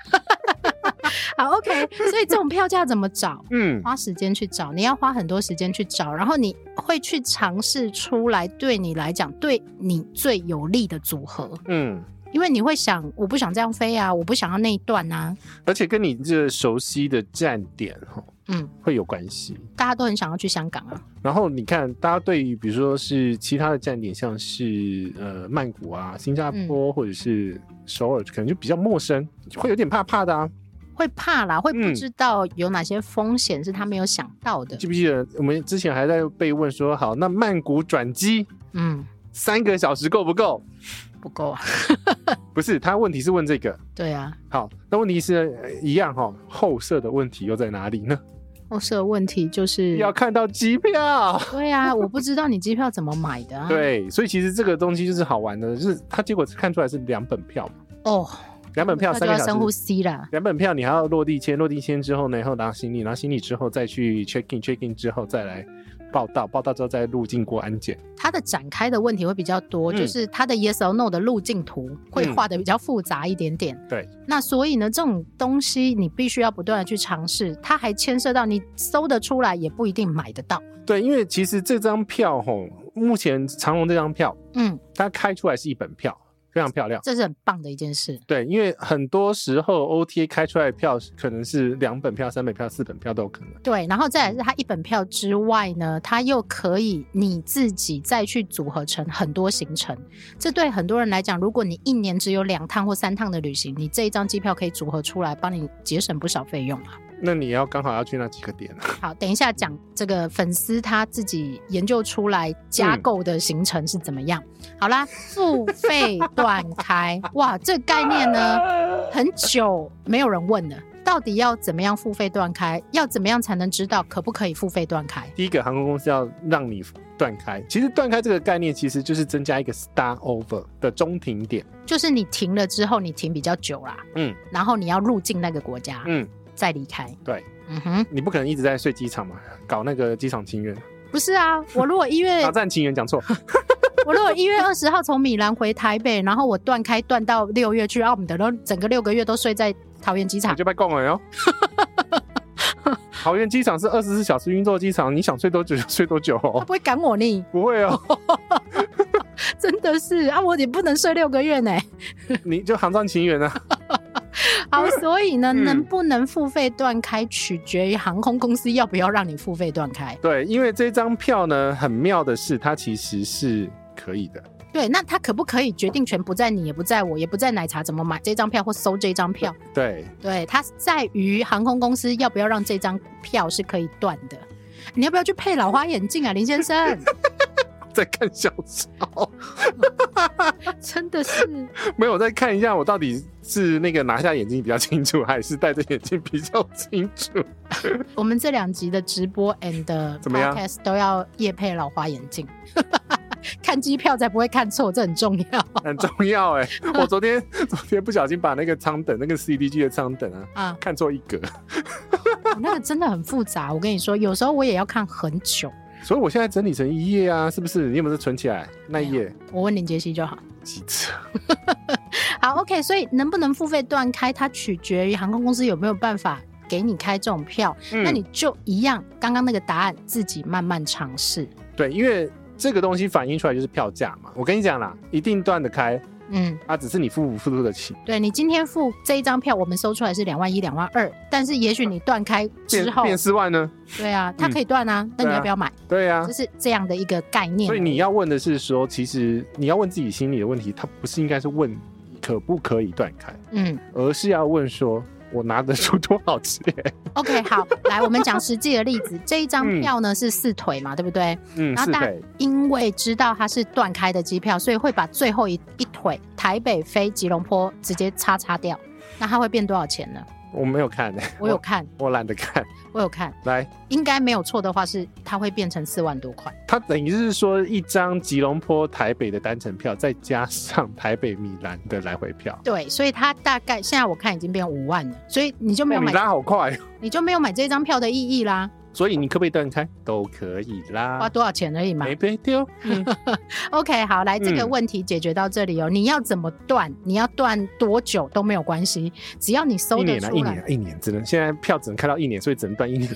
S1: 好，OK，所以这种票价怎么找？
S2: 嗯，
S1: 花时间去找，你要花很多时间去找，然后你会去尝试出来对你来讲对你最有利的组合，
S2: 嗯。
S1: 因为你会想，我不想这样飞啊，我不想要那一段啊，
S2: 而且跟你这熟悉的站点哈，
S1: 嗯，
S2: 会有关系。
S1: 大家都很想要去香港啊，
S2: 然后你看，大家对于比如说是其他的站点，像是呃曼谷啊、新加
S1: 嗯
S2: 坡、或者是首尔，可能就比较陌生，会有点怕怕的啊。
S1: 会怕啦，会不
S2: 嗯
S1: 知道有哪些风险是他没有想到的
S2: 记，不记得我们之前还在被问说，好，那曼谷转机
S1: 嗯，
S2: 三个小时够不够？
S1: 不够啊，
S2: 不是，他问题是问这个。
S1: 对啊，
S2: 好，那问题是呃一样哈、后设的问题又在哪里呢？
S1: 后设的问题就是，
S2: 要看到机票。
S1: 对嗯
S2: (laughs)
S1: 啊，我不知道你机票怎么买的啊，，
S2: 对，所以其实这个东西就是好玩的，就是它结果看出来是两本票嘛，
S1: 哦，
S2: 两本票
S1: 那
S2: 三
S1: 就要
S2: 个
S1: 深
S2: 小
S1: 呼
S2: 时。
S1: 吸啦，
S2: 两本票你还要落地签，落地签之后呢，然后拿行李，拿行李之后再去 check in，check in 之后再来报到，报到之后再入境过安检。
S1: 它的展开的问题会比较多，
S2: 嗯
S1: 就是它的 yes or no 的路径图会画的比较复杂一点点。
S2: 对，
S1: 那所以呢，这种东西你必须要不断的去尝试，它还牵涉到你搜得出来也不一定买得到。
S2: 对，因为其实这张票吼，目前长隆这张票
S1: 嗯，
S2: 它开出来是一本票，非常漂亮。
S1: 这是很棒的一件事。
S2: 对，因为很多时候 OTA 开出来的票可能是两本票、三本票、四本票都有可能。
S1: 对，然后再来是它一本票之外呢，它又可以你自己再去组合成很多行程。这对很多人来讲，如果你一年只有两趟或三趟的旅行，你这一张机票可以组合出来，帮你节省不少费用啊。
S2: 那你要刚好要去那几个点啊？
S1: 好，等一下讲这个粉丝他自己研究出来加购的行程是怎么样。好啦，付费断开，哇，这个概念呢很久没有人问了。到底要怎么样付费断开？要怎么样才能知道可不可以付费断开？
S2: 第一个航空公司要让你断开，其实断开这个概念其实就是增加一个 star over 的中停点。
S1: 就是你停了之后，你停比较久啦，
S2: 嗯
S1: 然后你要入境那个国家，
S2: 嗯，
S1: 再离开。
S2: 对，
S1: 嗯哼，
S2: 你不可能一直在睡机场嘛，搞那个机场情缘、
S1: 不是
S2: (laughs)
S1: 啊，我如果一月
S2: 打站情缘，讲错。
S1: (laughs) 我如果一月二十号从米兰回台北，然后我断开断到六月去澳啊门，等到整个六个月都睡在桃园机
S2: 你
S1: 场，
S2: 就被供了哟。桃园机场是二十四小时运作机场，你想睡多久就睡多久
S1: 他
S2: 哦，
S1: 不会赶我呢，
S2: 不会哦，
S1: (laughs) 真的是啊，我也不能睡六个月
S2: (laughs)
S1: 呢。
S2: 你就航站情缘啊。
S1: 好，所以呢，
S2: 嗯
S1: 能不能付费断开，取决于航空公司要不要让你付费断开。
S2: 对，因为这张票呢，很妙的是，它其实是可以的。
S1: 对，那他可不可以决定权不在你，也不在我，也不在奶茶怎么买这张票或收这张票？
S2: 对，
S1: 对，它在于航空公司要不要让这张票是可以断的。你要不要去配老花眼镜啊，林先生？ (laughs)
S2: 在看小抄，
S1: 真的是。
S2: 没有我再看一下我到底是那个拿下眼镜比较清楚，还是戴着眼镜比较清楚？
S1: 我们这两集的直播 and
S2: 怎么样
S1: podcast 都要夜配老花眼镜， (laughs) 看机票才不会看错，这很重要
S2: 很重要哎、我昨天昨天不小心把那个舱等，那个 CDG 的舱等啊，
S1: 啊、
S2: 看错一格，
S1: 哦那个真的很复杂，我跟你说，有时候我也要看很久。
S2: 所以我现在整理成一页啊，是不是？你有没有存起来？那一页
S1: 我问林杰西就好。
S2: 几次？
S1: 好，OK，所以能不能付费断开，它取决于航空公司有没有办法给你开这种票。
S2: 嗯
S1: 那你就一样，刚刚那个答案自己慢慢尝试。
S2: 嗯对，因为这个东西反映出来就是票价嘛。我跟你讲啦，一定断得开，
S1: 嗯，
S2: 啊，只是你付不付得起。
S1: 对你今天付这一张票，我们收出来是两万一、两万二，但是也许你断开
S2: 变
S1: 之后，
S2: 变四万呢？
S1: 对啊，它可以断啊，那、
S2: 对啊
S1: 你要不要买？
S2: 对啊
S1: 就。是这样的一个概念。
S2: 所以你要问的是说，其实你要问自己心里的问题，它不是应该是问可不可以断开，
S1: 嗯
S2: 而是要问说我拿得出多少钱。
S1: ，OK，好， (laughs) 来我们讲实际的例子。这一张票呢是四腿嘛，对不对？
S2: (laughs) 嗯，
S1: 然后
S2: 是
S1: 大家
S2: 的。
S1: 因为知道它是断开的机票，所以会把最后一一腿台北飞吉隆坡直接叉叉掉。那它会变多少钱呢？
S2: 我没有看、欸
S1: 我有看，
S2: 我懒得看。
S1: 我有看，
S2: 来，
S1: 应该没有错的话是它会变成四万多块。
S2: 它等于是说一张吉隆坡台北的单程票，再加上台北米兰的来回票。
S1: 对，所以它大概现在我看已经变五万了，所以你就没
S2: 哇，
S1: 有
S2: 你
S1: 买，
S2: 拉好快哦，
S1: 你就没有买这张票的意义啦，
S2: 所以你可不可以断开？都可以啦。
S1: 花多少钱而已嘛
S2: 啊没。被丢，
S1: OK，好，来这个
S2: 嗯
S1: 问题解决到这里哦。你要怎么断，你要断多久都没有关系，只要你
S2: 一
S1: 搜得
S2: 年啊，
S1: 出
S2: 一
S1: 来
S2: 年。啊，一年，只能现在票只能开到一年，所以只能断一年。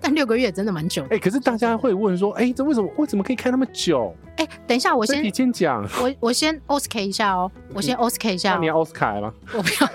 S1: 但六个月真的蛮久的。
S2: 哎、可是大家会问说，哎、这为什么为什么可以开那么久？
S1: 哎、等一下，我
S2: 所以
S1: 先
S2: 你先讲，
S1: 我我先 OSK 一下哦，我先 OSK 一
S2: 嗯那
S1: 下、
S2: 你
S1: 哦，
S2: 要奥斯卡吗？
S1: 我不要。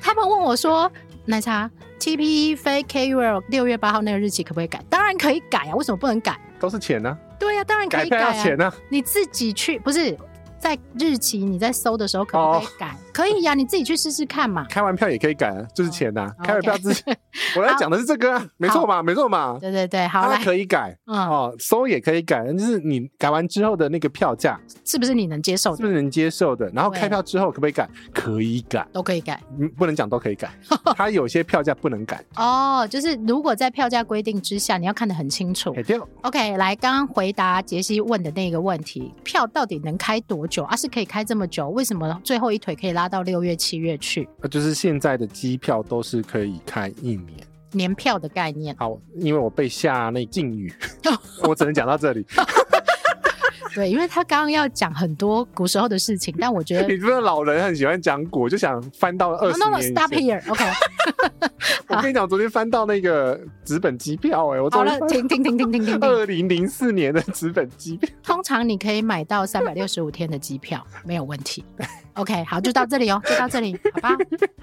S1: 他们问我说，奶茶 E TPE 飞 KUL 六月八号那个日期可不可以改？当然可以改啊，为什么不能改？
S2: 都是钱呢、啊，
S1: 对呀、当然可
S2: 改
S1: 以
S2: 票
S1: 改
S2: 要
S1: 啊。
S2: 钱呢、
S1: 你自己去，不是在日期你在搜的时候可不可以
S2: 哦
S1: 改？可以呀、你自己去试试看嘛。
S2: 开完票也可以改啊，就是钱呐、啊。
S1: 哦
S2: (laughs) 开完票之前，我在讲的是这个、啊，没错嘛，没错嘛。
S1: (laughs) 对对对，好
S2: 它
S1: 来，
S2: 可以改
S1: 嗯，
S2: 哦，收也可以改，就是你改完之后的那个票价
S1: 是不是你能接受
S2: 是
S1: 的？
S2: 不是能接受的？然后
S1: 对
S2: 开票之后可不可以改？可以改，
S1: 都可以改
S2: 嗯不能讲都可以改，
S1: (laughs)
S2: 它有些票价不能改。
S1: 哦，就是如果在票价规定之下，你要看得很清楚
S2: 哎、。对，
S1: OK，来，刚刚回答杰西问的那个问题，票到底能开多久啊？是可以开这么久，为什么最后一腿可以拉到六月、七月去？
S2: 呃就是现在的机票都是可以开一年。
S1: 年票的概念，
S2: 好，因为我被下那禁语，
S1: 哦
S2: (laughs) 我只能讲到这
S1: (laughs)
S2: 里。
S1: 对，因为他刚刚要讲很多古时候的事情，但我觉得
S2: (laughs) 你知道老人很喜欢讲古，我就想翻到二
S1: no
S2: 十
S1: no no
S2: 年以
S1: stop
S2: 前。
S1: here，OK，、
S2: 我我跟你讲，昨天翻到那个纸本机票、哎，
S1: 好
S2: 我昨
S1: 了
S2: 天，翻
S1: 停停停停停停 (laughs) 停。
S2: 二零零四年的纸本机票，
S1: 通常你可以买到三百六十五天的机票，没有问题。OK，好，就到这里哦，就到这里，好吧？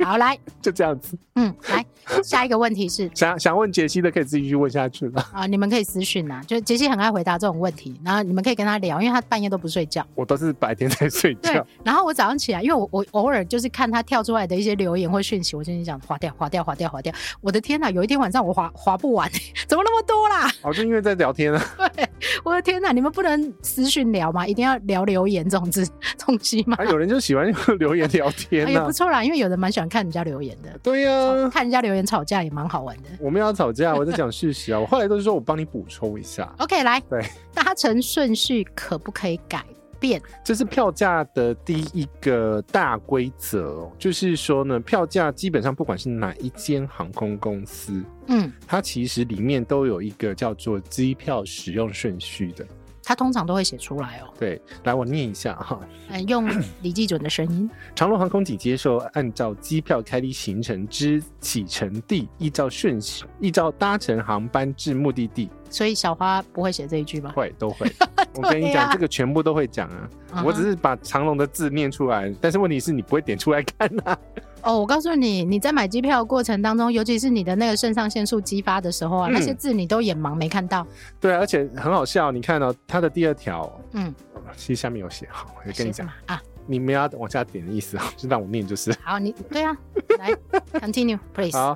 S1: 好，来，
S2: 就这样子。
S1: 嗯，来，下一个问题是
S2: 想想问杰西的，可以自己去问下去了。
S1: 啊、你们可以私讯啊，就是杰西很爱回答这种问题，然后你们可以跟他聊，因为他半夜都不睡觉。
S2: 我都是白天在睡
S1: 对
S2: 觉，，
S1: 然后我早上起来，因为我我偶尔就是看他跳出来的一些留言或讯息，我就想划掉划掉划掉划掉。我的天哪，有一天晚上我划划不完， (laughs) 怎么那么多啦？
S2: 哦，就因为在聊天啊，
S1: 对，我的天哪，你们不能私讯聊吗？一定要聊留言这种之东西吗？
S2: 啊，有人就喜欢用留言聊
S1: 哎
S2: 天嗯
S1: 也
S2: 呐、
S1: 不错啦，因为有人蛮喜欢看人家留言的，哦
S2: 对呀、
S1: 看人家留言吵架也蛮好玩的。
S2: 我们要吵架，我在讲事实啊。我后来都是说我帮你补充一下，
S1: OK，来， (laughs)
S2: 对，
S1: 搭乘顺序可不可以改变？
S2: 这是票价的第一个大规则哦，就是说呢，票价基本上不管是哪一间航空公司，
S1: 嗯，
S2: 它其实里面都有一个叫做机票使用顺序的。
S1: 他通常都会写出来哦。
S2: 对，来我念一下哈。
S1: 嗯，
S2: (clears throat)
S1: 用李记准的声音。
S2: 长龙航空仅接受按照机票开立行程之启程地，依照顺序依照搭乘航班至目的地，
S1: 所以小花不会写这一句吗？
S2: 会都
S1: (laughs)
S2: 会。我跟你
S1: 对
S2: 讲，
S1: 啊
S2: 这个全部都会讲啊。
S1: 嗯哼
S2: 我只是把长龙的字念出来，但是问题是你不会点出来看啊。
S1: 哦，我告诉你，你在买机票的过程当中，尤其是你的那个肾上腺素激发的时候啊，
S2: 嗯
S1: 那些字你都眼盲没看到。
S2: 对啊，而且很好笑，你看到、它的第二条，
S1: 嗯，
S2: 其实下面有写好，我就跟你
S1: 写什
S2: 讲
S1: 么，啊？
S2: 你们要往下点的意思啊，就让我念就是。
S1: 好，你对啊，
S2: (laughs)
S1: 来 continue please。
S2: 好，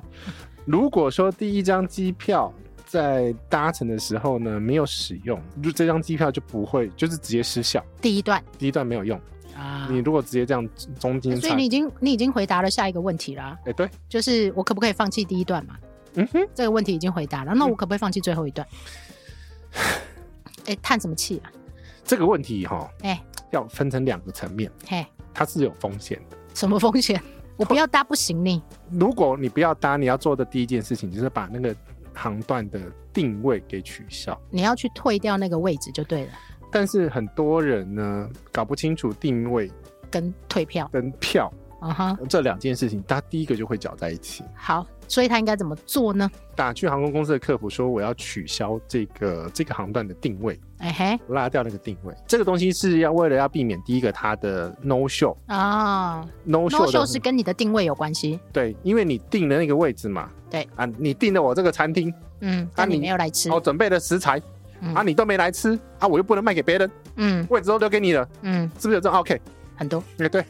S2: 如果说第一张机票在搭乘的时候呢没有使用，就这张机票就不会，就是直接失效。
S1: 第一段
S2: 第一段没有用，
S1: 啊
S2: 你如果直接这样中间
S1: 所以
S2: 插，
S1: 你已经你已经回答了下一个问题啦，
S2: 哎，对，
S1: 就是我可不可以放弃第一段嘛？
S2: 嗯哼，
S1: 这个问题已经回答了，那我可不可以放弃最后一段？哎、叹什么气啊？
S2: 这个问题哈、
S1: 哎
S2: 要分成两个层面，
S1: 嘿，
S2: 它是有风险的。
S1: 什么风险？我不要搭不行你
S2: 如果你不要搭，你要做的第一件事情就是把那个航段的定位给取消。
S1: 你要去退掉那个位置就对了，
S2: 但是很多人呢搞不清楚定位
S1: 跟退票，
S2: 跟票
S1: 嗯哼，
S2: 这两件事情，他第一个就会搅在一起。
S1: 好，所以他应该怎么做呢？
S2: 打去航空公司的客服说我要取消这个这个航段的定位，
S1: 哎嘿
S2: 拉掉那个定位。这个东西是要为了要避免第一个它的 no show。
S1: 啊、哦、
S2: no
S1: ，no
S2: show 的
S1: show 是跟你的定位有关系，
S2: 对，因为你定的那个位置嘛，
S1: 对
S2: 啊，你定的我这个餐厅，
S1: 嗯，但你
S2: 你哦
S1: 没有来吃，
S2: 我准备的食材
S1: 嗯
S2: 啊，你都没来吃啊，我又不能卖给别人，
S1: 嗯
S2: 位置都留给你了，
S1: 嗯，
S2: 是不是有这种啊 OK？
S1: 很多，(laughs)
S2: 哎，对，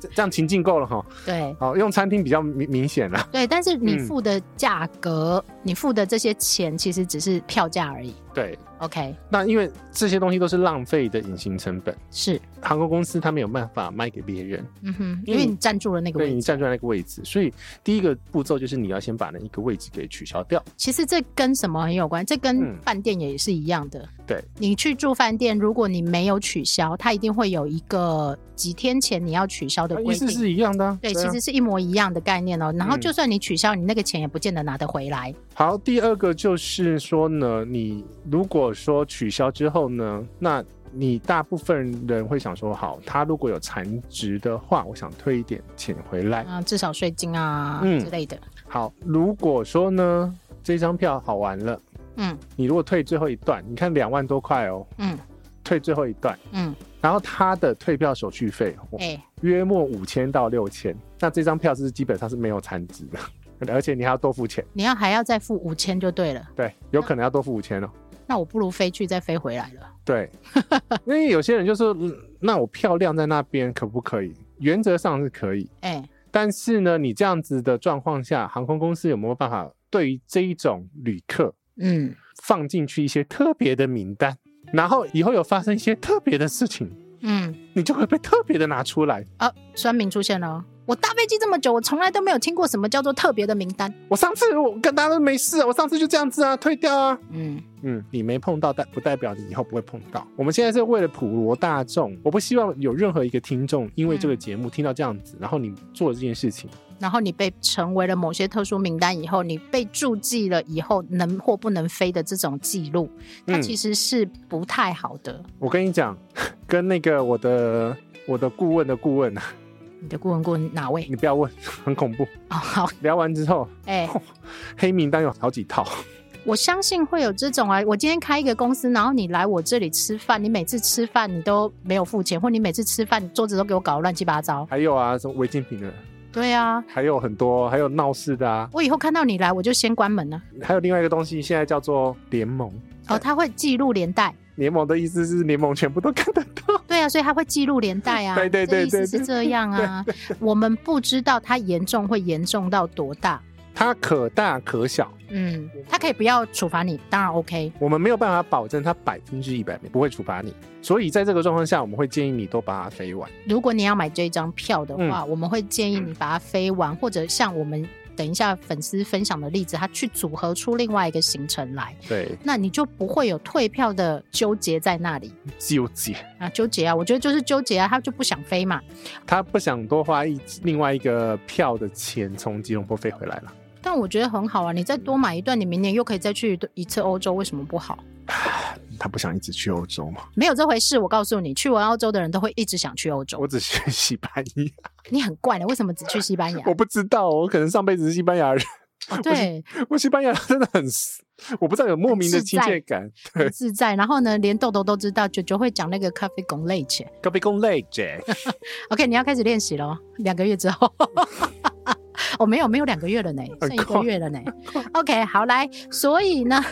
S2: 这这样情境够了哈。
S1: 对
S2: 好，哦用餐厅比较明明显了，
S1: 对，但是你
S2: 嗯
S1: 付的价格，你付的这些钱其实只是票价而已
S2: 对。
S1: ，OK，
S2: 那因为这些东西都是浪费的隐形成本，
S1: 是，
S2: 航空公司它没有办法卖给别人，
S1: 嗯哼，
S2: 因
S1: 因
S2: 为
S1: 为
S2: 你
S1: 你占住了那个
S2: 对
S1: 位
S2: 你
S1: 置，
S2: 站在那个位置，所以第一个步骤就是你要先把那一个位置给取消掉。
S1: 其实这跟什么很有关，这跟
S2: 嗯
S1: 饭店也是一样的。
S2: 对，
S1: 你去住饭店，如果你没有取消，它一定会有一个几天前你要取消的
S2: 啊意
S1: 规
S2: 思
S1: 定。
S2: 是一样的啊、
S1: 对，
S2: 啊
S1: 其实是一模一样的概念哦。然后
S2: 嗯
S1: 就算你取消，你那个钱也不见得拿得回来。
S2: 好，第二个就是说呢，你如果说取消之后呢，那你大部分人会想说，好，他如果有残值的话，我想退一点钱回来。
S1: 啊，至少税金啊、
S2: 嗯
S1: 之类的。
S2: 好，如果说呢，这张票好玩了，
S1: 嗯
S2: 你如果退最后一段，你看两万多块哦，
S1: 嗯
S2: 退最后一段，
S1: 嗯，
S2: 然后他的退票手续费、哦
S1: 哎、
S2: 约莫五千到六千，那这张票是基本上是没有残值的， (laughs) 而且你还要多付钱，
S1: 你要还要再付五千就对了。
S2: 对，有可能要多付五千哦。
S1: 那我不如飞去再飞回来了。 (laughs)
S2: 对，因为有些人就说，嗯那我票量在那边可不可以？原则上是可以，
S1: 哎、
S2: 但是呢，你这样子的状况下，航空公司有没有办法对于这一种旅客
S1: 嗯，
S2: 放进去一些特别的名单，然后以后有发生一些特别的事情，
S1: 嗯，
S2: 你就会被特别的拿出来。
S1: 啊，酸民出现了哦。我搭飞机这么久，我从来都没有听过什么叫做特别的名单。
S2: 我上次我跟大家都没事啊，我上次就这样子啊，退掉啊。
S1: 嗯，
S2: 嗯，你没碰到，但不代表你以后不会碰到。我们现在是为了普罗大众，我不希望有任何一个听众因为这个节目听到这样子，然后你做这件事情。
S1: 然后你被成为了某些特殊名单以后，你被注记了以后能或不能飞的这种记录，它
S2: 嗯
S1: 其实是不太好的。
S2: 我跟你讲，跟那个我的我的顾问的顾问啊， (laughs)
S1: 你的顾问顾问哪位？
S2: 你不要问，很恐怖。
S1: 哦，好，
S2: 聊完之后，
S1: 哎、
S2: 黑名单有好几套，
S1: 我相信会有这种啊！我今天开一个公司，然后你来我这里吃饭，你每次吃饭你都没有付钱，或你每次吃饭桌子都给我搞得乱七八糟。
S2: 还有啊，什么违禁品的，
S1: 对啊，
S2: 还有很多，还有闹事的啊，
S1: 我以后看到你来，我就先关门了。
S2: 还有另外一个东西，现在叫做联盟。
S1: 哦，他会记录连带，
S2: 联盟的意思是联盟全部都看得到，
S1: 对啊，所以他会记录连带啊。
S2: (laughs) 对对
S1: 这
S2: 对
S1: 意思
S2: 对对
S1: 是这样啊。我们不知道它严重会严重到多大。
S2: 它可大可小，
S1: 嗯，他可以不要处罚你，当然 OK。
S2: 我们没有办法保证它百分之一百不会处罚你，所以在这个状况下，我们会建议你都把它飞完。
S1: 如果你要买这一张票的话，
S2: 嗯
S1: 我们会建议你把它飞完，或者像我们等一下粉丝分享的例子，他去组合出另外一个行程来。
S2: (laughs) 对，
S1: 那你就不会有退票的纠结在那里
S2: 纠结，
S1: 啊，纠结啊，我觉得就是纠结啊，他就不想飞嘛。
S2: 他不想多花一另外一个票的钱从吉隆坡飞回来了。
S1: 但我觉得很好啊，你再多买一段，你明年又可以再去一次欧洲，为什么不好？
S2: 嗯他不想一直去欧洲嘛？
S1: 没有这回事，我告诉你，去完欧洲的人都会一直想去欧洲
S2: (laughs) 我。只学西班牙，
S1: 你很怪的，为什么只去西班牙？
S2: (laughs) 我不知道，我可能上辈子是西班牙人，
S1: 哦，对，
S2: 我西班牙真的很，我不知道有莫名的亲切感。
S1: 很自在。然后呢，连豆豆都知道，九九会讲那个咖啡拱类钱。
S2: 咖啡公累姐，
S1: OK，你要开始练习了，两个月之后。 (laughs) 哦，没有没有两个月了呢，
S2: 很
S1: 剩一个
S2: 快
S1: 月了呢。OK，好来，所以呢，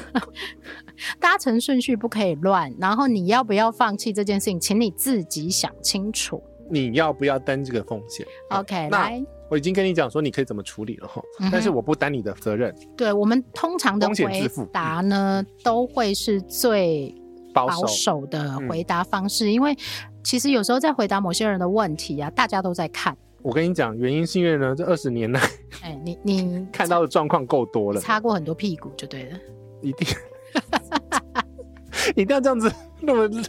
S1: 搭乘顺序不可以乱，然后你要不要放弃这件事情，请你自己想清楚。
S2: 你要不要担这个风险？
S1: OK，
S2: 那
S1: 来，嗯
S2: 我已经跟你讲说你可以怎么处理了哈，
S1: 嗯哼
S2: 但是我不担你的责任，
S1: 对我们通常的
S2: 风险自
S1: 回
S2: 负
S1: 答呢，都会是最
S2: 保守嗯
S1: 保守的回答方式，因为其实有时候在回答某些人的问题啊，大家都在看。
S2: 我跟你讲，原因是因为呢，这二十年来
S1: 哎、你你
S2: (laughs) 看到的状况够多了，
S1: 擦过很多屁股就对了。
S2: 一定一定要这样子那么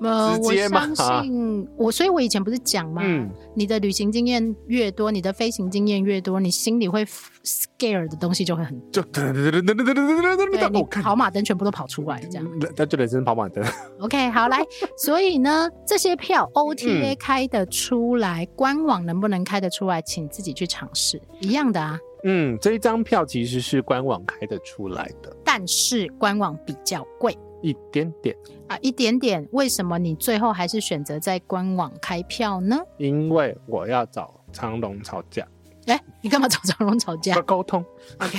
S1: 呃，
S2: 直
S1: 我
S2: 接嘛
S1: 相信我，所以我以前不是讲嘛，
S2: 嗯，
S1: 你的旅行经验越多，你的飞行经验越多，你心里会 scare 的东西就会很
S2: 就噔噔噔噔噔噔噔噔
S1: 对
S2: 噔，
S1: 你
S2: 我看
S1: 跑马灯全部都跑出来这样。，
S2: 那就人生跑马灯，
S1: OK，好来，所以呢，这些票
S2: 嗯
S1: OTA 开得出来，官网能不能开得出来，请自己去尝试，一样的啊。
S2: 嗯，这一张票其实是官网开得出来的，
S1: 但是官网比较贵
S2: 一点点，
S1: 啊，一点点。为什么你最后还是选择在官网开票呢？
S2: 因为我要找长龙吵架，
S1: 哎，你干嘛找张荣吵架
S2: 要沟通
S1: ？OK，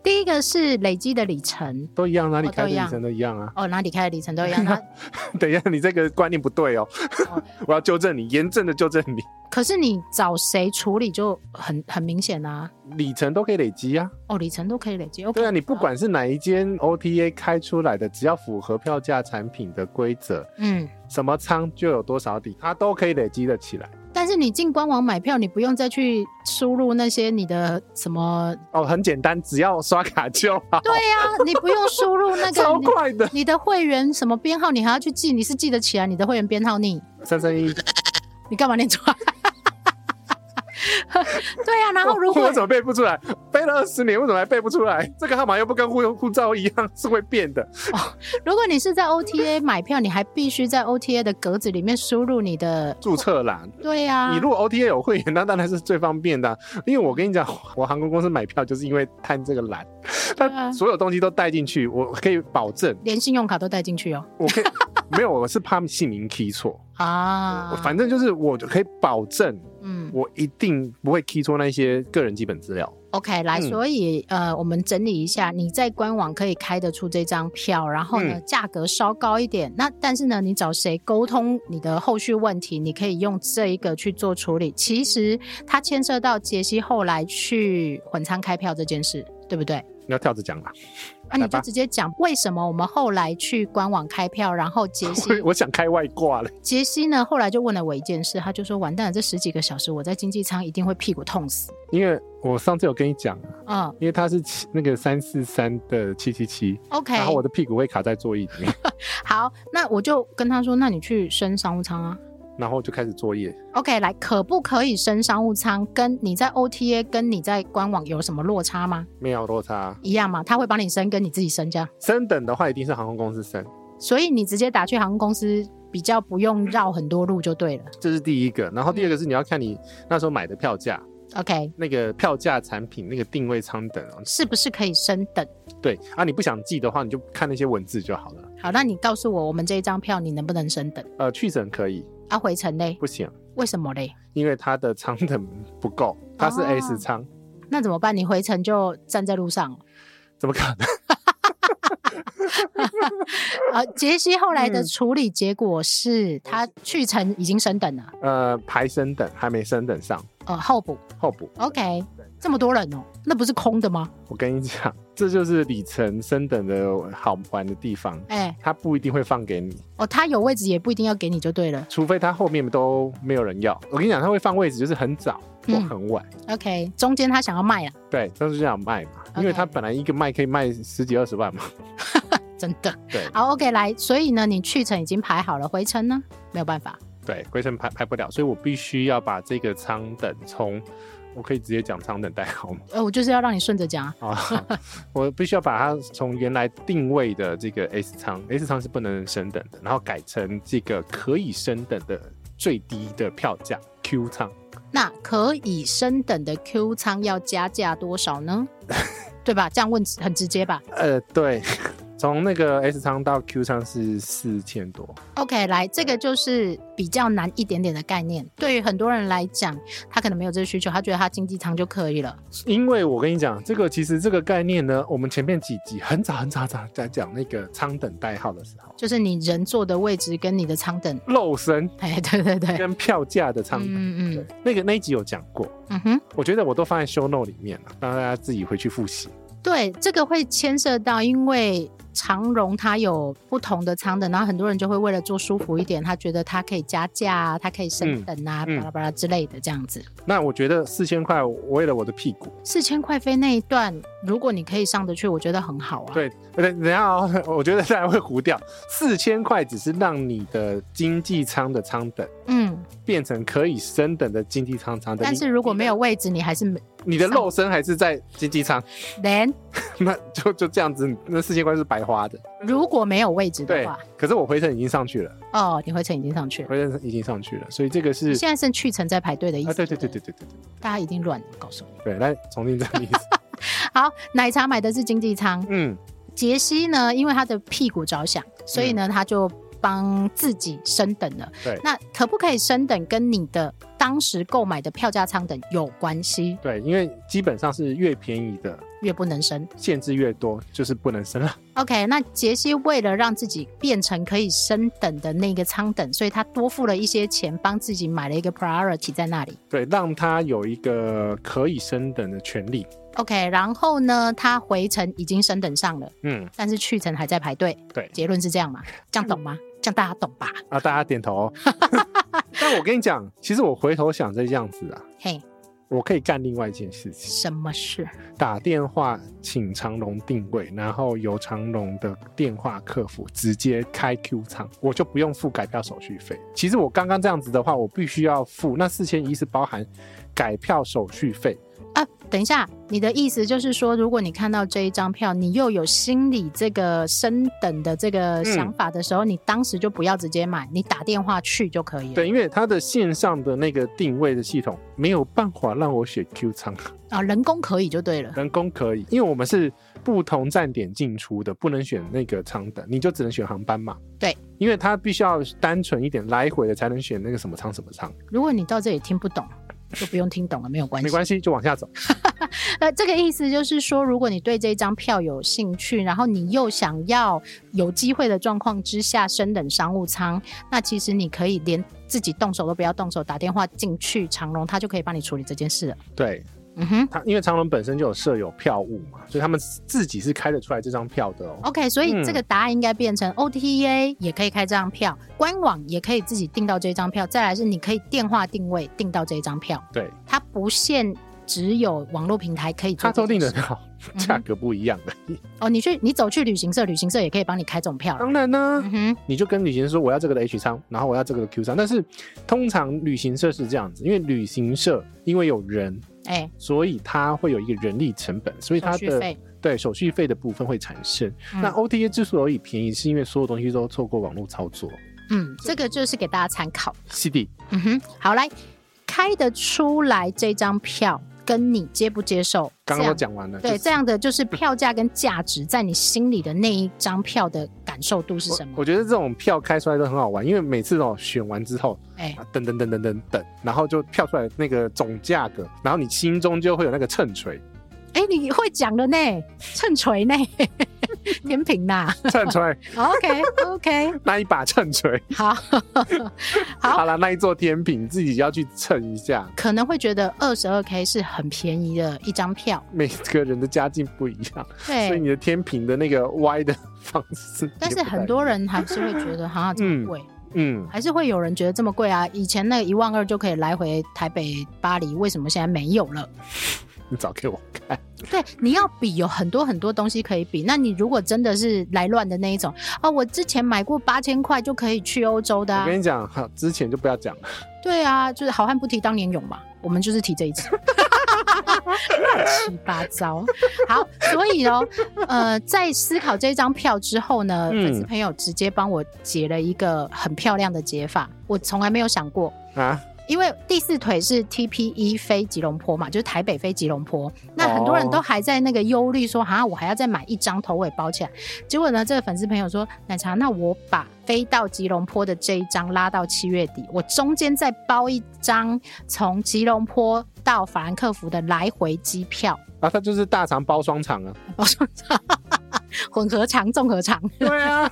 S1: 第
S2: 呃
S1: (laughs) 一个是累积的里程。
S2: 都一样，哪里
S1: 哦
S2: 开
S1: 都
S2: 的
S1: 一
S2: 旅
S1: 样
S2: 程都一样啊。
S1: 哦，哪里开的里程都一
S2: (laughs)
S1: 样。那
S2: 等一下，你这个观念不对哦
S1: 哦，
S2: 我要纠正你，严正的纠正你。
S1: 可是你找谁处理就很很明显啊。
S2: 里程都可以累积啊。
S1: 哦，里程都可以累积。OK，
S2: 对啊，你不管是哪一间 OTA 开出来的，只要符合票价产品的规则，
S1: 嗯，
S2: 什么仓就有多少底，它都可以累积的起来。
S1: 但是你进官网买票，你不用再去输入那些你的什么，
S2: 哦，很简单，只要刷卡就好，
S1: 对呀、 (laughs) 你不用输入那个
S2: 啊超
S1: 你
S2: 快的。
S1: 你的会员什么编号，你还要去记，你是记得起来你的会员编号你
S2: 三
S1: (laughs)
S2: 三一，
S1: 你干嘛念出来？ (laughs) 对呀、然后如
S2: 哦我
S1: 果
S2: 怎么背不出来？背了二十年，为什么还背不出来？这个号码又不跟护护照一样，是会变的。
S1: 如果你是在 OTA 买票，你还必须在 OTA 的格子里面输入你的，
S2: 注册啦，
S1: 对啊呀、
S2: 你如果 OTA 有会员，那当然是最方便的啊、因为我跟你讲，我航空公司买票就是因为贪这个懒，它所有东西都带进去，我可以保证，
S1: 啊连信用卡都带进去哦。
S2: 我可以没有，我是怕姓名 key 错，
S1: 啊
S2: 我，反正就是我就可以保证，
S1: 嗯
S2: 我一定不会 key 错那些个人基本资料。
S1: ，OK，来，
S2: 嗯
S1: 所以呃，我们整理一下，你在官网可以开得出这张票，然后
S2: 嗯
S1: 呢，价格稍高一点，那但是呢，你找谁沟通你的后续问题，你可以用这一个去做处理。其实它牵涉到杰西后来去混仓开票这件事，对不对？
S2: 你要跳着讲啦，
S1: 啊，你
S2: 来吧
S1: 就直接讲为什么我们后来去官网开票，然后杰
S2: (laughs)
S1: 西
S2: 我我想开外挂了，
S1: 杰西呢后来就问了我一件事，他就说完蛋了，这十几个小时我在经济舱一定会屁股痛死。
S2: 因为我上次有跟你讲啊，
S1: 嗯
S2: 因为它是七那个三四三的七七七，
S1: ，OK，
S2: 然后我的屁股会卡在座椅里面，
S1: 好，那我就跟他说，那你去升商务舱啊。
S2: 然后就开始作业。
S1: OK，来，可不可以升商务舱？跟你在 OTA 跟你在官网有什么落差吗？
S2: 没有落差，
S1: 一样吗？他会帮你升，跟你自己升这样。
S2: 升等的话一定是航空公司升，
S1: 所以你直接打去航空公司，比较不用绕很多路就对了。
S2: 这是第一个。然后第二个是你要看你那时候买的票价，
S1: OK，
S2: 那个票价产品那个定位舱等哦，
S1: 是不是可以升等？
S2: 对啊，你不想记的话，你就看那些文字就好了。
S1: 好，那你告诉我，我们这一张票你能不能升等？
S2: 呃，去程可以，
S1: 啊，回程嘞？
S2: 不行，
S1: 为什么嘞？
S2: 因为它的舱等不够，它是
S1: 哦
S2: S 舱，
S1: 那怎么办？你回程就站在路上哦
S2: 怎么可能？ (laughs)
S1: 呃，杰西后来的
S2: 嗯
S1: 处理结果是他去程已经升等了，
S2: 呃，排升等还没升等上，
S1: 呃，候补。
S2: 候补。
S1: OK，这么多人哦，那不是空的吗？
S2: 我跟你讲，这就是里程升等的好玩的地方，
S1: 哎、
S2: 它不一定会放给你，
S1: 哦，他有位置也不一定要给你就对了。
S2: 除非它后面都没有人要。我跟你讲，它会放位置，就是很早或
S1: 嗯
S2: 很晚。
S1: OK，中间他想要卖啊，
S2: 对，但是这样卖嘛，因为
S1: OK
S2: 它本来一个卖可以卖十几二十万嘛。
S1: 真的。
S2: 对
S1: 好，OK，来，所以呢，你去程已经排好了，回程呢没有办法。
S2: 对，回程排排不了，所以我必须要把这个舱等从，我可以直接讲舱等代号吗？
S1: 呃，我就是要让你顺着讲
S2: (laughs)
S1: 啊。
S2: 啊，我必须要把它从原来定位的这个 S 舱，S 舱是不能升等的，然后改成这个可以升等的最低的票价 Q 舱。
S1: 那可以升等的 Q 仓要加价多少呢？对吧？这样问很直接吧
S2: 呃，对， (laughs) 从那个 S 舱到 Q 舱是四千多，
S1: ？OK，来，这个就是比较难一点点的概念。对于很多人来讲，他可能没有这个需求，他觉得他经济舱就可以了。
S2: 因为我跟你讲，这个其实这个概念呢，我们前面几集很早很早很早在讲那个舱等代号的时候，
S1: 就是你人坐的位置跟你的舱等，
S2: 肉身
S1: 哎，对对对，
S2: 跟票价的舱等，
S1: 嗯嗯
S2: 对
S1: 嗯，
S2: 那个那一集有讲过，
S1: 嗯哼，
S2: 我觉得我都放在 show note 里面了，让大家自己回去复习。
S1: 对，这个会牵涉到，因为长荣它有不同的舱等，然后很多人就会为了坐舒服一点，他觉得它可以加价啊，它可以升等啊，
S2: 嗯嗯
S1: 巴拉巴拉之类的这样子。
S2: 那我觉得四千块，为了我的屁股，
S1: 四千块飞那一段，如果你可以上得去，我觉得很好啊。
S2: 对，等等一下哦， (laughs) 我觉得大家会糊掉。四千块只是让你的经济舱的舱等
S1: 嗯，
S2: 变成可以升等的经济舱舱等，
S1: 但
S2: 你
S1: 是如果没有位置，你还是没
S2: 你的肉身还是在经济舱， (laughs)
S1: 连
S2: 那就就这样子，那四千块是白花的。
S1: 如果没有位置的
S2: 对
S1: 话，，
S2: 可是我回程已经上去了，
S1: 哦，你回程已经上去了，
S2: 回程已经上去了，所以这个是
S1: 你现在剩去程在排队的意思。
S2: 啊，对对对对，对对
S1: 大家一定乱了，我告诉你。
S2: 对，来重新再
S1: (laughs)
S2: 一次，
S1: 好，奶茶买的是经济舱，
S2: 嗯，
S1: 杰西呢，因为他的屁股着想，所以呢，他就帮自己升等了。
S2: 对
S1: 那可不可以升等跟你的当时购买的票价舱等有关系？
S2: 对，因为基本上是越便宜的
S1: 越不能升。
S2: 限制越多，就是不能升了。
S1: OK，那杰西为了让自己变成可以升等的那个舱等，所以他多付了一些钱，帮自己买了一个 priority 在那里。
S2: 对，让他有一个可以升等的权利。
S1: OK，然后呢，他回程已经升等上了，
S2: 嗯，
S1: 但是去程还在排队。
S2: 对
S1: 结论是这样嘛？这样懂吗？这样大家懂吧？
S2: 啊，大家点头、哦。但我跟你讲，其实我回头想这样子啊，
S1: 嘿，
S2: 我可以干另外一件事情，
S1: 什么事？
S2: 打电话请长龙定位，然后由长龙的电话客服直接开 Q 仓，我就不用付改票手续费。其实我刚刚这样子的话，我必须要付那四千一是包含改票手续费，
S1: 啊，等一下，你的意思就是说，如果你看到这一张票，你又有心理这个升等的这
S2: 嗯
S1: 个想法的时候，你当时就不要直接买，你打电话去就可以了。
S2: 对，因为它的线上的那个定位的系统没有办法让我选 Q 仓。
S1: 啊，人工可以就对 (laughs) 了。
S2: 人工可以，因为我们是不同站点进出的，不能选那个舱等，你就只能选航班嘛。
S1: 对，
S2: 因为它必须要单纯一点，来回的才能选那个什么舱什么舱，
S1: 如果你到这里听不懂，就不用听懂了，没有关系。
S2: 没关系，就往下走。
S1: 那这个意思就是说，如果你对这张票有兴趣，然后你又想要有机会的状况之下升等商务舱，那其实你可以连自己动手都不要动手，打电话进去长隆，他就可以帮你处理这件事了。
S2: 对
S1: 嗯哼。
S2: 它，因为长隆本身就有设有票务嘛，所以他们自己是开得出来这张票的哦。
S1: OK，所以
S2: 嗯
S1: 这个答案应该变成 OTA 也可以开这张票，官网也可以自己订到这张票，再来是你可以电话定位订到这张票，
S2: 对，
S1: 它不限只有网络平台可以做
S2: 它
S1: 这
S2: 都定
S1: 件
S2: 的
S1: 事。
S2: 票
S1: 嗯哼
S2: 价格不一样的。
S1: 哦，你去你走去旅行社，旅行社也可以帮你开这种票了。
S2: 当然呢、
S1: 嗯哼，
S2: 你就跟旅行社说我要这个的 H 仓，然后我要这个的 Q 仓。但是通常旅行社是这样子，因为旅行社因为有人，
S1: 哎、
S2: 所以它会有一个人力成本，所以它
S1: 手续
S2: 的
S1: 费
S2: 对手续费的部分会产生。那哦
S1: 嗯
S2: OTA 之所以便宜，是因为所有东西都透过网络操作。
S1: 嗯，这个就是给大家参考。
S2: 是的，
S1: 嗯哼，好来，开得出来这张票，跟你接不接受，这
S2: 刚刚都
S1: 样
S2: 讲完了。
S1: 对，
S2: 就是
S1: 这样的就是票价跟价值在你心里的那一张票的感受度是
S2: 我
S1: 什么？
S2: 我觉得这种票开出来都很好玩，因为每次哦选完之后，
S1: 哎、
S2: 啊等等等等等等，然后就票出来那个总价格，然后你心中就会有那个秤锤，
S1: 哎、你会讲的呢，秤锤
S2: (laughs)
S1: 呢，天平呐。
S2: 秤锤
S1: OK OK，
S2: 那一把秤锤，
S1: 好
S2: 好
S1: (laughs) 好，
S2: 了，那一座天平自己要去称一下，
S1: 可能会觉得二十二 K 是很便宜的一张票，
S2: 每个人的家境不一样，所以
S1: 对。
S2: 你的天平的那个歪的方式也不太一样，
S1: 但是很多人还是会觉得，哈，这么贵，
S2: 嗯，
S1: 还是会有人觉得这么贵啊。以前那一万二就可以来回台北、巴黎，为什么现在没有了？
S2: 你找给我看，
S1: 对，你要比有很多很多东西可以比。那你如果真的是来乱的那一种啊，我之前买过八千块就可以去欧洲的、
S2: 我
S1: 啊，
S2: 跟你讲，哈，之前就不要讲了，
S1: 对啊，就是好汉不提当年勇嘛，我们就是提这一次。乱七八糟，好，所以哦，呃，在思考这张票之后呢，
S2: 嗯
S1: 粉丝朋友直接帮我解了一个很漂亮的解法，我从来没有想过，
S2: 啊，
S1: 因为第四腿是 TPE 飞吉隆坡嘛，就是台北飞吉隆坡，那很多人都
S2: 哦
S1: 还在那个忧虑说，啊，我还要再买一张头尾包起来。结果呢，这个粉丝朋友说，奶茶，那我把飞到吉隆坡的这一张拉到七月底，我中间再包一张从吉隆坡到法兰克福的来回机票，
S2: 啊，它就是大肠包双肠啊，
S1: 包上场混合肠、综合肠，
S2: 对啊，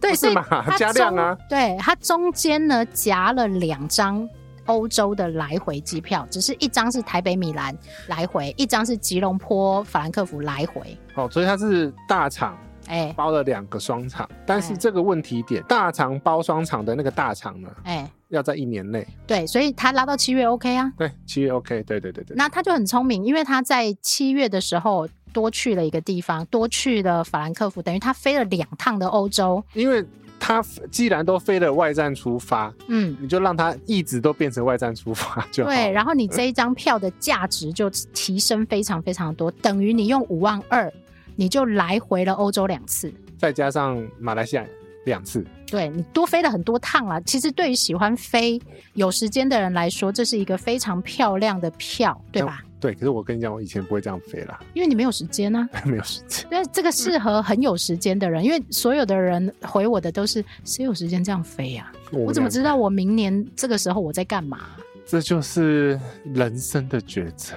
S1: 对，
S2: 不
S1: 所
S2: (laughs) 是
S1: 以
S2: 嘛
S1: 它，
S2: 加量啊
S1: 中，对，它中间呢夹了两张欧洲的来回机票，只是一张是台北米兰来回，一张是吉隆坡法兰克福来回。
S2: 哦，所以它是大肠
S1: 哎
S2: 包了两个双肠，但是
S1: 嗯
S2: 这个问题点，大肠包双肠的那个大肠呢，
S1: 哎，
S2: 要在一年内，
S1: 对，所以他拉到七月 OK 啊。
S2: 对，七月 OK，对对对对，
S1: 那他就很聪明，因为他在七月的时候多去了一个地方，多去了法兰克福，等于他飞了两趟的欧洲。
S2: 因为它既然都飞了外站出发，
S1: 嗯，
S2: 你就让它一直都变成外站出发就好了。嗯
S1: 对，然后你这一张票的价值就提升非常非常多，等于你用五万二，你就来回了欧洲两次。
S2: 再加上马来西亚两次，
S1: 对你多飞了很多趟了。其实对于喜欢飞有时间的人来说，这是一个非常漂亮的票，对吧？
S2: 对。可是我跟你讲，我以前不会这样飞啦， (laughs)
S1: 因为你没有时间啊。
S2: 没有时间。
S1: 对，这个适合很有时间的人，因为所有的人回我的都是谁有时间这样飞啊？
S2: 我
S1: 我
S2: 们
S1: 怎么
S2: 俩
S1: 知道我明年这个时候我在干嘛？，
S2: 这就是人生的抉择，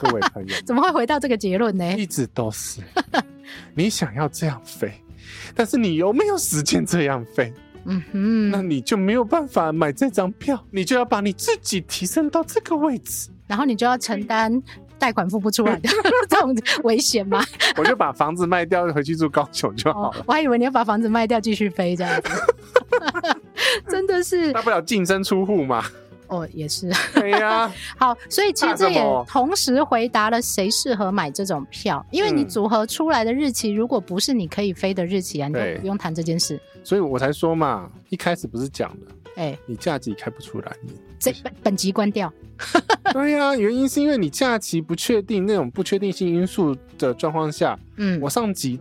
S2: 各位朋友
S1: (laughs) 怎么会回到这个结论呢？
S2: 一直都是。你想要这样飞，但是你有没有时间这样飞？
S1: 嗯
S2: 那
S1: 哼，
S2: 你就没有办法买这张票，你就要把你自己提升到这个位置。
S1: 然后你就要承担贷款付不出来的 (laughs) 这种危险吗？
S2: 我就把房子卖掉，回去住高雄就好
S1: 哦
S2: 了。，
S1: 我还以为你要把房子卖掉继续飞这样子， (laughs) 真的是
S2: 大不了净身出
S1: (laughs)
S2: 户嘛。
S1: 哦，也是。
S2: 对呀、
S1: 好，所以其实这
S2: 怕什
S1: 也
S2: 么
S1: 同时回答了谁适合买这种票，因为你
S2: 嗯
S1: 组合出来的日期，如果不是你可以飞的日期啊，你就
S2: 对
S1: 不用谈这件事。
S2: 所以我才说嘛，一开始不是讲了，
S1: 哎、
S2: 你假期开不出来。你
S1: 这本本集关掉。
S2: 对呀、原因是因为你假期不确定，那种不确定性因素的状况下，
S1: 嗯，
S2: 我上集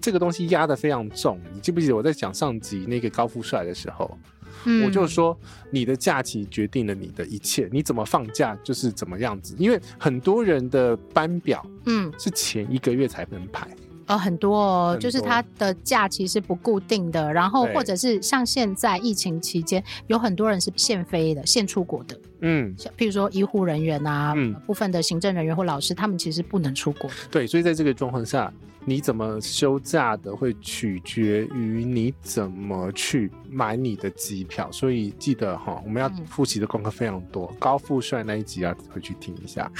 S2: 这个东西压得非常重。你记不记得我在讲上集那个高富帅的时候，
S1: 嗯
S2: 我就说你的假期决定了你的一切，你怎么放假就是怎么样子。因为很多人的班表
S1: 嗯
S2: 是前一个月才能排，
S1: 呃很多哦，
S2: 很多
S1: 就是它的假期是不固定的，然后
S2: 对
S1: 或者是像现在疫情期间，有很多人是现飞的、现出国的，
S2: 嗯，
S1: 像譬如说医护人员啊，
S2: 嗯
S1: 部分的行政人员或老师，他们其实不能出国的。
S2: 对，所以在这个状况下，你怎么休假的会取决于你怎么去买你的机票。所以记得哈，我们要
S1: 嗯
S2: 复习的功课非常多，高富帅那一集要回去听一下。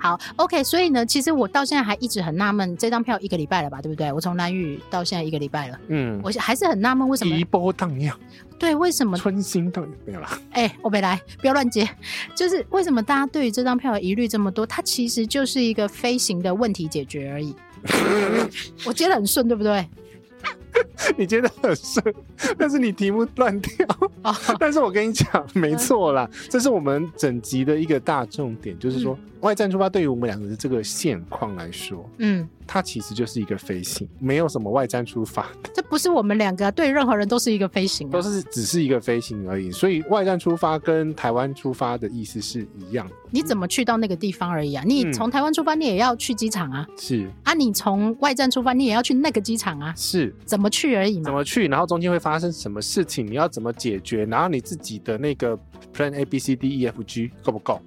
S1: 好，OK，所以呢，其实我到现在还一直很纳闷，这张票一个礼拜了吧，对不对？我从南屿到现在一个礼拜了，
S2: 嗯，
S1: 我还是很纳闷为什么
S2: 一波荡漾，
S1: 对为什么
S2: 春心荡漾没有啊啦。
S1: 哎、我没来，不要乱接，就是为什么大家对于这张票的疑虑这么多？它其实就是一个飞行的问题解决而
S2: (laughs)
S1: 已。我接的很顺，对不对？
S2: (laughs) 你觉得很顺，但是你题目乱掉。
S1: 哦，
S2: 但是我跟你讲，没错啦，这是我们整集的一个大重点，就是说、外战出发对于我们两个的这个现况来说，
S1: 嗯，
S2: 它其实就是一个飞行，没有什么外站出发，
S1: 这不是我们两个、啊、对任何人都是一个飞行、啊，
S2: 都是只是一个飞行而已。所以外站出发跟台湾出发的意思是一样的，
S1: 你怎么去到那个地方而已啊？你
S2: 嗯
S1: 从台湾出发，你也要去机场啊。
S2: 是
S1: 啊，你从外站出发，你也要去那个机场啊，
S2: 是
S1: 怎么去而已嘛。
S2: 怎么去，然后中间会发生什么事情，你要怎么解决，然后你自己的那个 plan A B C D E F G 够不够？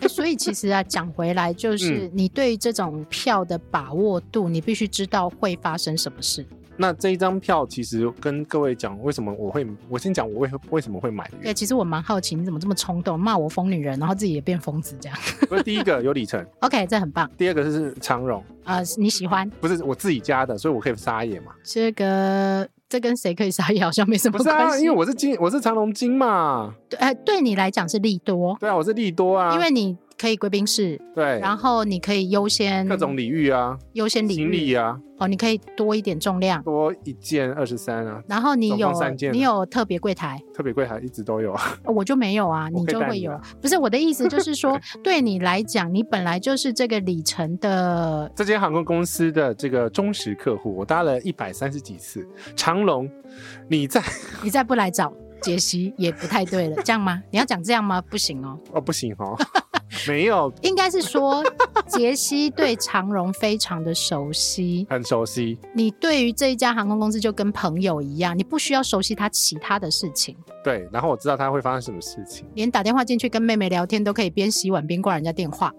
S1: 诶所以其实啊，讲回来，
S2: 嗯
S1: 就是你对这种票的把握度，你必须知道会发生什么事。
S2: 那这一张票其实跟各位讲，为什么我会，我先讲我为为什么会买的原因
S1: 对，其实我蛮好奇，你怎么这么冲动，骂我疯女人，然后自己也变疯子这样
S2: 因为第一个有里程，
S1: ？OK，这很棒。
S2: 第二个是长荣，
S1: 啊，你喜欢
S2: 不是我自己家的，所以我可以撒野嘛。
S1: 这个？这跟谁可以撒野好像没什么
S2: 不是
S1: 关
S2: 啊，
S1: 系。
S2: 因为我是金，我是长隆金嘛。
S1: 对呃，对你来讲是利多，
S2: 对啊，我是利多啊。
S1: 因为你可以贵宾室，
S2: 对，
S1: 然后你可以优先
S2: 各种礼遇啊，
S1: 优先礼
S2: 行
S1: 遇
S2: 李啊，
S1: 哦，你可以多一点重量，
S2: 多一件二十三啊，
S1: 然后你
S2: 总
S1: 有
S2: 共三件啊
S1: 你
S2: 了
S1: 有特别柜台，
S2: 特别贵还一直都有啊。 (laughs)
S1: 我就没有啊，
S2: 我
S1: 你
S2: 可以
S1: 就
S2: 带
S1: 会
S2: 你
S1: 有
S2: 啊。
S1: 不是我的意思，
S2: (laughs)
S1: 就是说对你来讲，你本来就是这个里程的。
S2: 这间航空公司的这个忠实客户，我搭了一百三十几次。长隆，你在
S1: 你再不来找解析也不太对了，这样吗？你要讲这样吗？不行哦，
S2: 哦不行哦， (laughs) 没有
S1: 应该是说杰西对长荣非常的熟悉，
S2: 很熟悉。
S1: 你对于这一家航空公司就跟朋友一样，你不需要熟悉他其他的事情，
S2: 对，然后我知道它会发生什么事情。
S1: 连打电话进去跟妹妹聊天都可以边洗碗边挂人家电话。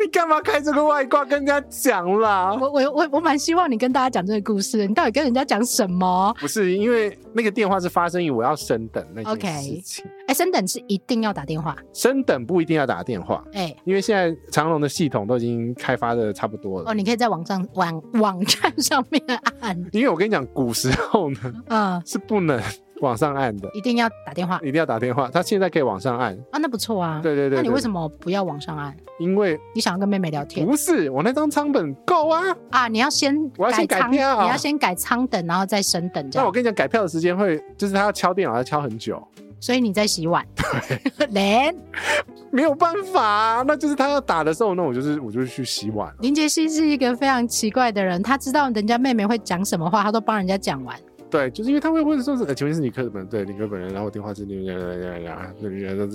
S2: 你干嘛开这个外挂跟人家讲啦？
S1: 我我我我蛮希望你跟大家讲这个故事，你到底跟人家讲什么？
S2: (laughs) 不是，因为那个电话是发生于我要升等那件
S1: OK
S2: 事情。
S1: 哎，升等是一定要打电话，
S2: 升等不一定要打电话，
S1: 哎
S2: 因为现在长隆的系统都已经开发的差不多了。
S1: 哦，你可以在网上网网站上面按，
S2: 因为我跟你讲，古时候呢
S1: 嗯，
S2: 是不能往上按的，
S1: 一定要打电话
S2: 一定要打电话。他现在可以往上按，
S1: 啊，那不错啊。
S2: 对对对
S1: 那你
S2: 对
S1: 为什么不要往上按？
S2: 因为
S1: 你想要跟妹妹聊天
S2: 不是我那张仓本够啊。
S1: 啊？你要先
S2: 我要先改
S1: 仓，
S2: 票啊
S1: 你要先改仓等，然后再升等这
S2: 那我
S1: 样。
S2: 跟你讲，改票的时间会就是他要敲电脑，要敲很久，
S1: 所以你在洗碗，连
S2: 没有办法、啊。那就是他要打的时候，那我就是我就去洗碗了。
S1: (laughs) 林杰西是一个非常奇怪的人，他知道人家妹妹会讲什么话，他都帮人家讲完。
S2: 对，就是因为他会问说是，呃请问是你客本对，你客本人，然后我电话是你，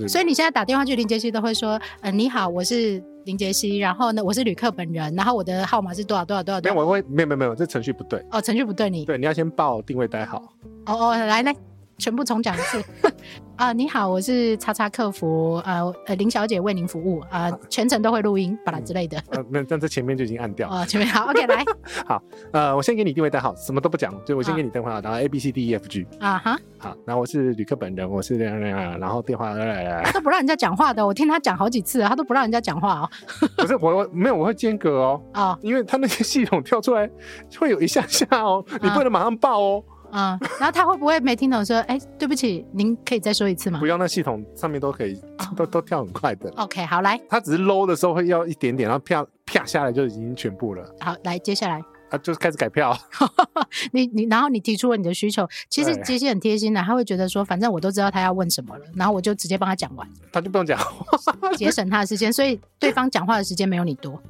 S1: 所以你现在打电话去林杰西，都会说：“呃，你好，我是林杰西，然后呢，我是旅客本人，然后我的号码是多少多少多少多
S2: 没有，
S1: 少。
S2: 我会没有没有没有，这程序不对。”
S1: 哦，程序不对你，
S2: 对，你要先报定位带好。
S1: 哦哦，来来，全部重讲一次。 (laughs) 啊、你好，我是叉叉客服，呃呃，林小姐为您服务，啊、全程都会录音，巴拉之类的。
S2: 呃，那但这前面就已经按掉。
S1: 哦，前面好，OK，来，
S2: (laughs) 呃，我先给你定位代号，什么都不讲，就我先
S1: 啊
S2: 给你电话，然后 A B C D E F G。
S1: 啊哈，
S2: 好，然后我是旅客本人，我是这样那样，然后电话来来来，
S1: 都不让人家讲话的，我听他讲好几次啊了，他都不让人家讲话哦。
S2: 不是我我没有我会间隔哦，
S1: 哦，
S2: 因为他那个系统跳出来会有一下下哦，你不能马上报哦，
S1: 嗯，然后他会不会没听懂说，哎，对不起，您可以再说一次吗
S2: 不用那系统上面都可以
S1: 哦，
S2: 都都跳很快的，
S1: ？OK，好，来，
S2: 它只是 low 的时候会要一点点，然后啪啪下来就已经全部了，
S1: 好，来，接下来，
S2: 啊，就开始改票， (laughs)
S1: 你你，然后你提出了你的需求，其实
S2: 对
S1: 杰西很贴心的，他会觉得说，反正我都知道他要问什么了，然后我就直接帮他讲完，
S2: 他就不用讲， (laughs)
S1: 节省他的时间，所以对方讲话的时间没有你多。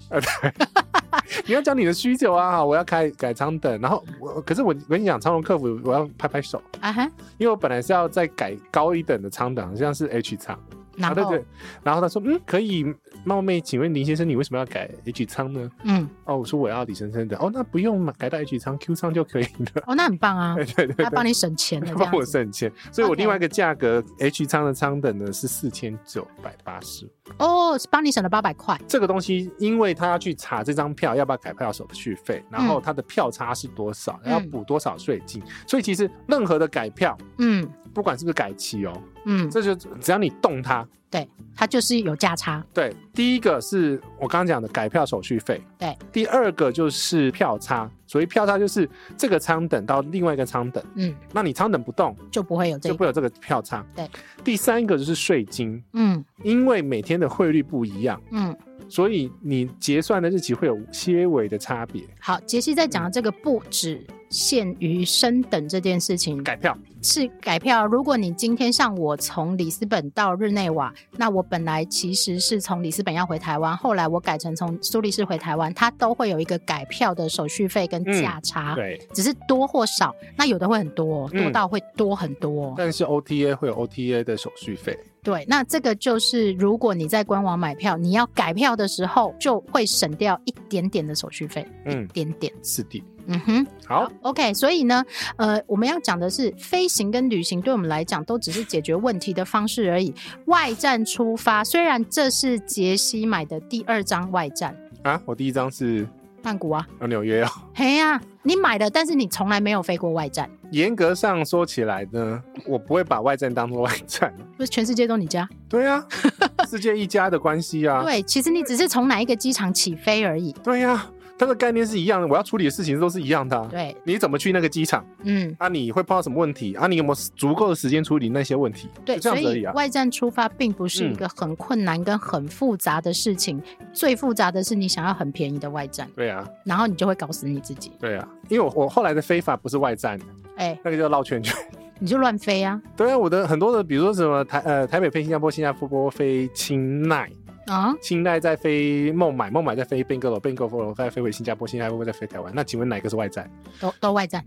S2: 你要讲你的需求啊，我要开改仓等，然后我可是我我跟你讲，长隆客服我要拍拍手，
S1: 啊哈，
S2: 因为我本来是要再改高一等的舱等，好像是 H 舱，
S1: 然
S2: 啊
S1: 后，
S2: 对对，然后他说嗯可以，冒昧请问林先生你为什么要改 H 舱呢？
S1: 嗯，
S2: 哦，我说我要李先生的，哦那不用嘛，改到 H 舱 Q 舱就可以 (laughs) 了，
S1: 哦，那很棒啊，
S2: 对对对
S1: 他帮
S2: 对。
S1: 你省
S2: (laughs)
S1: 钱了，
S2: 他
S1: 这
S2: 帮
S1: 样
S2: 我
S1: 子
S2: 省钱，所以我
S1: OK
S2: 另外一个价格 H 舱的舱等呢是四千九百八十。
S1: 哦，帮你省了八百块，
S2: 这个东西，因为他要去查这张票要不要改票手续费，然后他的票差是多少，
S1: 嗯
S2: 要补多少税金，所以其实任何的改票，
S1: 嗯
S2: 不管是不是改期哦，
S1: 嗯，
S2: 这就只要你动它，
S1: 它就是有价差，
S2: 对，第一个是我刚刚讲的改票手续费，
S1: 对，
S2: 第二个就是票差，所谓票差就是这个舱等到另外一个舱等，
S1: 嗯，
S2: 那你舱等不动
S1: 就不会有这
S2: 就
S1: 一，
S2: 不会有这个票差。
S1: 对，
S2: 第三个就是税金，
S1: 嗯
S2: 因为每天的汇率不一样，
S1: 嗯。
S2: 所以你结算的日期会有些微的差别。嗯
S1: 好，杰西在讲的这个不止限于升等这件事情
S2: 改票，
S1: 是改票。如果你今天像我从里斯本到日内瓦，那我本来其实是从里斯本要回台湾，后来我改成从苏黎世回台湾，它都会有一个改票的手续费跟价差，
S2: 嗯对。
S1: 只是多或少。那有的会很多，
S2: 嗯
S1: 多到会多很多。哦
S2: 但是 OTA 会有 OTA 的手续费，
S1: 对，那这个就是如果你在官网买票，你要改票的时候就会省掉一点点的手续费，
S2: 嗯，
S1: 点点。
S2: 是的。
S1: 嗯哼，
S2: 好，
S1: ，OK。所以呢，呃，我们要讲的是，飞行跟旅行对我们来讲都只是解决问题的方式而已。外站出发，虽然这是杰西买的第二张外站
S2: 啊，我第一张是
S1: 曼谷啊，
S2: 呃纽约哦。 (laughs)
S1: 嘿呀、你买了，但是你从来没有飞过外站，
S2: 严格上说起来呢，我不会把外站当做外站。 (laughs)
S1: 不是全世界都你家？(laughs)
S2: 对啊，世界一家的关系啊。
S1: 对，其实你只是从哪一个机场起飞而已。
S2: 对呀、它的概念是一样的，我要处理的事情都是一样的、啊。
S1: 对，
S2: 你怎么去那个机场
S1: 嗯。
S2: 啊？你会碰到什么问题啊？你有没有足够的时间处理那些问题？
S1: 对，
S2: 就这
S1: 所
S2: 样子而
S1: 以
S2: 已啊。
S1: 外站出发并不是一
S2: 嗯
S1: 个很困难跟很复杂的事情，最复杂的是你想要很便宜的外站，
S2: 对啊，
S1: 然后你就会搞死你自己。
S2: 对啊，因为我我后来的非法不是外站，
S1: 哎、
S2: 那个叫绕圈圈。
S1: 你就乱飞啊！
S2: 对啊，我的很多的，比如说什么台呃台北飞新加坡，新加坡飞清奈，
S1: 啊，
S2: 清奈再飞孟买，孟买再飞并购楼，并购楼再飞回新加坡，新加坡再飞台湾。那请问哪一个是外站？
S1: 都都外站，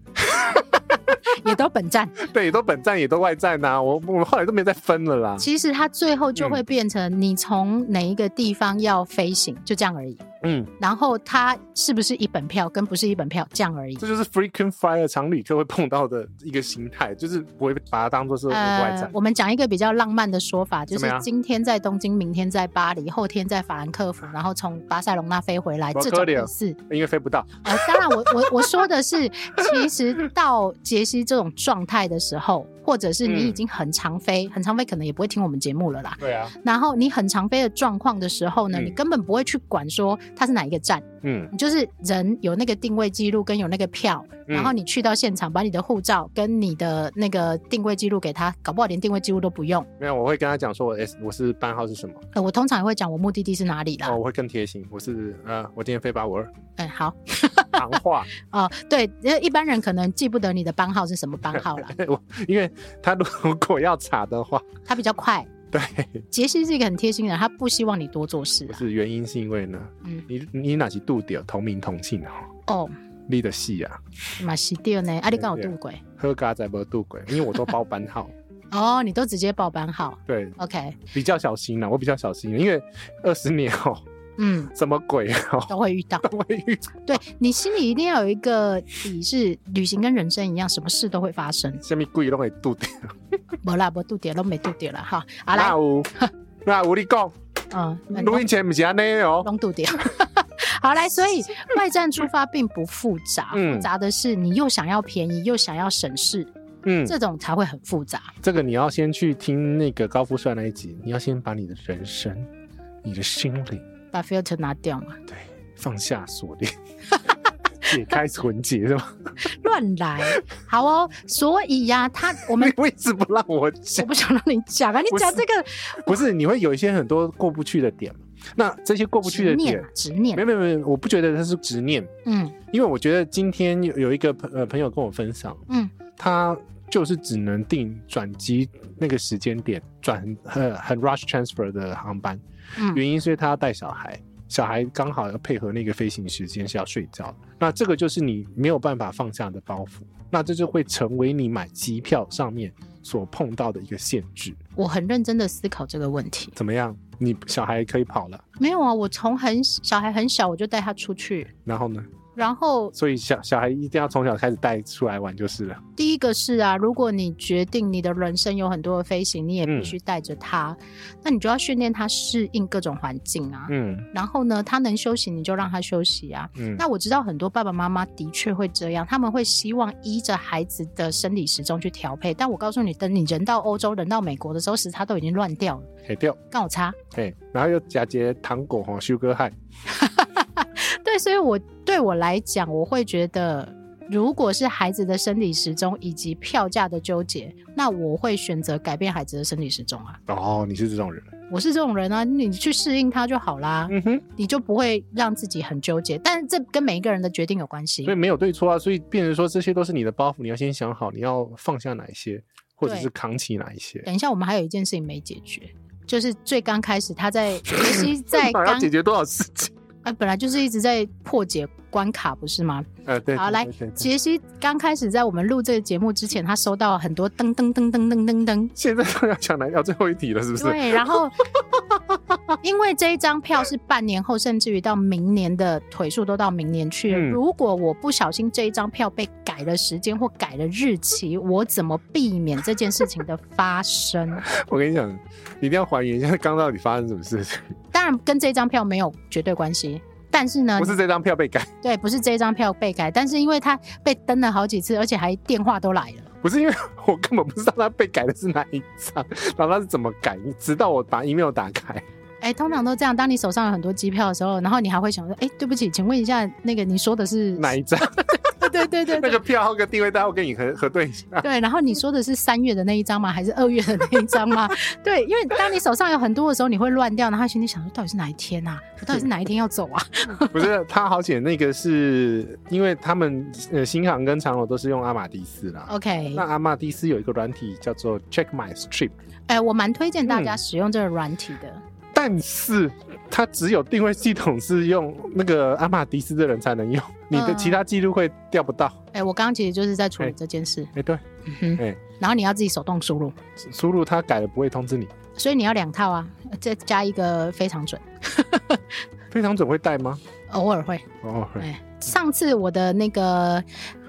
S1: 也都本站。
S2: 对，也都本站也都外站呐、我我后来都没再分了啦。
S1: 其实它最后
S2: 嗯
S1: 就会变成你从哪一个地方要飞行，就这样而已。
S2: 嗯，
S1: 然后它是不是一本票跟不是一本票，这样而已。
S2: 这就是 frequent flyer 常旅客会碰到的一个心态，就是不会把它当做是我的外
S1: 呃
S2: 站，。
S1: 我们讲一个比较浪漫的说法，就
S2: 怎么
S1: 是
S2: 样
S1: 今天在东京，明天在巴黎，后天在法兰克福，然后从巴塞隆纳飞回来，
S2: 不
S1: 这
S2: 可
S1: 种
S2: 能
S1: 意思。
S2: 因为飞不到。
S1: 呃，当然我，我我说的是，其实到杰西这种状态的时候，或者是你已
S2: 嗯
S1: 经很常飞，很常飞可能也不会听我们节目了啦。
S2: 对啊，
S1: 然后你很常飞的状况的时候呢，
S2: 嗯
S1: 你根本不会去管说它是哪一个站，
S2: 嗯，
S1: 你就是人有那个定位记录跟有那个票，然
S2: 嗯
S1: 后你去到现场把你的护照跟你的那个定位记录给他，搞不好连定位记录都不用。
S2: 没有，我会跟他讲说我 S 我是班号是什么，
S1: 呃，我通常也会讲我目的地是哪里啦。
S2: 哦，我会更贴心，我是呃，我今天飞八五二，
S1: 嗯，好，
S2: 行话，
S1: 哦，对，因为一般人可能记不得你的班号是什么班
S2: (laughs)
S1: 号啦，
S2: 我因为他如果要查的话，
S1: 他比较快。
S2: 对，
S1: (laughs) 杰西是一个很贴心的人，他不希望你多做事
S2: 不
S1: 啊。
S2: 是原因是因为呢，
S1: 嗯
S2: 你你哪是度掉同名同姓啊？
S1: 哦，
S2: 你的戏啊，
S1: 马西蒂呢？啊，你刚好
S2: 对啊
S1: 度鬼
S2: 喝咖仔不度鬼，因为我都包班号，
S1: 哦，你都直接报班号。
S2: 对，
S1: OK，
S2: 比较小心啦，我比较小心，因为二十年哦、
S1: 嗯，
S2: 什么鬼哦、 (laughs)
S1: 都会遇到。
S2: 都会遇到
S1: 对你心里一定要有一个底，是旅行跟人生一样，什么事都会发生。
S2: 什么鬼都会度掉。
S1: 没啦，没度点都没度点了哈。好
S2: 那
S1: 啦， (laughs)
S2: 有那有你讲，
S1: 嗯，那
S2: 录音前不是安尼哦，
S1: 弄度点。 (laughs) 好来，所以外站出发并不复杂，
S2: 嗯
S1: 复杂的是你又想要便宜又想要省事，
S2: 嗯，
S1: 这种才会很复杂。
S2: 这个你要先去听那个高富帅那一集，你要先把你的人生、你的心灵
S1: 把 filter 拿掉嘛，
S2: 放下锁
S1: (laughs)
S2: 链，解开纯洁是吗？
S1: 乱来。好哦，所以呀、他我
S2: (laughs)
S1: 们
S2: 你为什么不让我
S1: (laughs) 我
S2: 讲？
S1: 不想让你讲啊，你
S2: 不是
S1: 讲这个
S2: 不是，你会有一些很多过不去的点嘛？那这些过不去
S1: 执
S2: 的
S1: 念
S2: 点
S1: 啊，，执
S2: 没
S1: 念，
S2: 有没有没有，我不觉得它是执念，
S1: 嗯
S2: 因为我觉得今天有有一个朋呃朋友跟我分享，
S1: 嗯，
S2: 他就是只能订转机那个时间点转很呃很 rush transfer 的航班，
S1: 嗯，
S2: 原因是因为他要带小孩，小孩刚好要配合那个飞行时间是要睡觉的，那这个就是你没有办法放下的包袱，那这就会成为你买机票上面所碰到的一个限制。
S1: 我很认真的思考这个问题。
S2: 怎么样？你小孩可以跑了，
S1: 没有啊，我从很小孩很小我就带他出去，
S2: 然后呢？
S1: 然后
S2: 所以小小孩一定要从小开始带出来玩就是了。
S1: 第一个是啊，如果你决定你的人生有很多的飞行，你也必
S2: 嗯
S1: 须带着他，那你就要训练他适应各种环境啊。
S2: 嗯
S1: 然后呢，他能休息你就让他休息啊。
S2: 嗯，
S1: 那我知道很多爸爸妈妈的确会这样，他们会希望依着孩子的生理时钟去调配。但我告诉你，等你人到欧洲、人到美国的时候，时差都已经乱掉了，
S2: 黑掉，
S1: 刚好差。 (laughs)
S2: 嘿，然后又夹些糖果哈，修哥害，
S1: 对，所以我对我来讲，我会觉得，如果是孩子的生理时钟以及票价的纠结，那我会选择改变孩子的生理时钟啊。
S2: 哦，你是这种人，
S1: 我是这种人啊，你去适应它就好啦，
S2: 嗯哼，
S1: 你就不会让自己很纠结。但是这跟每一个人的决定有关系
S2: 所以。没有对错啊，所以变成说这些都是你的包袱，你要先想好你要放下哪一些，或者
S1: 对
S2: 是扛起哪一些。
S1: 等一下，我们还有一件事情没解决，就是最刚开始他
S2: (laughs)
S1: 在杰西在
S2: 到底要
S1: 刚
S2: 解决多少事情？
S1: 啊，本来就是一直在破解关卡，不是吗？
S2: (laughs) 呃，对，
S1: 好
S2: 对
S1: 来
S2: 对对对
S1: 杰西刚开始在我们录这个节目之前，他收到很多噔噔噔噔噔噔噔，
S2: 现在都要讲来聊最后一题了，是不是？
S1: 对，然
S2: (laughs)
S1: 后因为这一张票是半年后，甚至于到明年的腿数都到明年去了。
S2: 嗯
S1: 如果我不小心这一张票被改了时间或改了日期，我怎么避免这件事情的发
S2: (laughs)
S1: 生？
S2: 我跟你讲，一定要还原一下刚刚到底发生什么事情，
S1: 当然跟这张票没有绝对关系。但是呢
S2: 不，是这张票被改，
S1: 对，不是这张票被改，但是因为他被登了好几次，而且还电话都来了。
S2: 不是因为我根本不知道它被改的是哪一张，然后它是怎么改，直到我把 email 打 (laughs) 开，
S1: 哎、通常都这样。当你手上有很多机票的时候，然后你还会想说：“哎、对不起，请问一下，那个你说的是
S2: 哪一 (laughs) 张
S1: (laughs) 对对对对
S2: (laughs) 那个票号跟定位单号跟你核核对一下。
S1: 对，然后你说的是三月的那一张吗？还是二月的那一张吗？ (laughs) 对，因为当你手上有很多的时候，你会乱掉，然后心里想说，到底是哪一天啊？我到底是哪一天要走啊？
S2: 不是，他好险，那个是因为他们呃新航跟长荣都是用阿玛迪斯啦。
S1: OK，
S2: (laughs) 那阿玛迪斯有一个软体叫做 Check My Trip，
S1: 哎、我蛮推荐大
S2: 嗯
S1: 家使用这个软体的。
S2: 但是它只有定位系统是用那个阿玛迪斯的人才能用，你的
S1: 嗯
S2: 其他记录会调不到。
S1: 哎、我刚刚其实就是在处理这件事，
S2: 哎、对，
S1: 嗯哼
S2: 哎，
S1: 然后你要自己手动输入，
S2: 输入它改了不会通知你，
S1: 所以你要两套啊，再加一个非常准，
S2: 非常准会带吗？
S1: 偶尔会。
S2: 哦，
S1: 哎、上次我的那个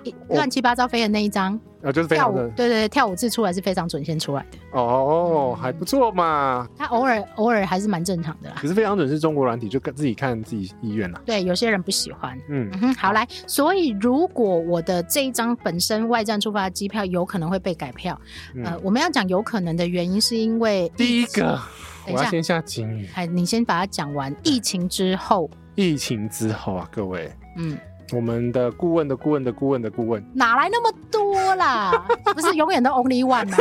S1: 一乱七八糟飞的那一张
S2: 啊，就是非
S1: 跳
S2: 常
S1: 舞，
S2: 的
S1: 对对对，跳舞字出来是非常准先出来的，
S2: 哦，还不错嘛。
S1: 它偶尔偶尔还是蛮正常的啦。
S2: 可是非常准是中国软体，就跟自己看自己意愿啦。啊
S1: 对，有些人不喜欢。
S2: 嗯
S1: 嗯，哼，好来，所以如果我的这一张本身外站出发的机票有可能会被改票，
S2: 嗯
S1: 呃，我们要讲有可能的原因是因为
S2: 第一个，我
S1: 等一
S2: 要
S1: 下
S2: 先下警语。
S1: 哎，你先把它讲完。疫情之后，
S2: 疫情之后啊，各位，
S1: 嗯，
S2: 我们的顾问的顾问的顾问的顾问，
S1: 哪来那么多
S2: (laughs)
S1: 啦？不是永远都 only one 吗？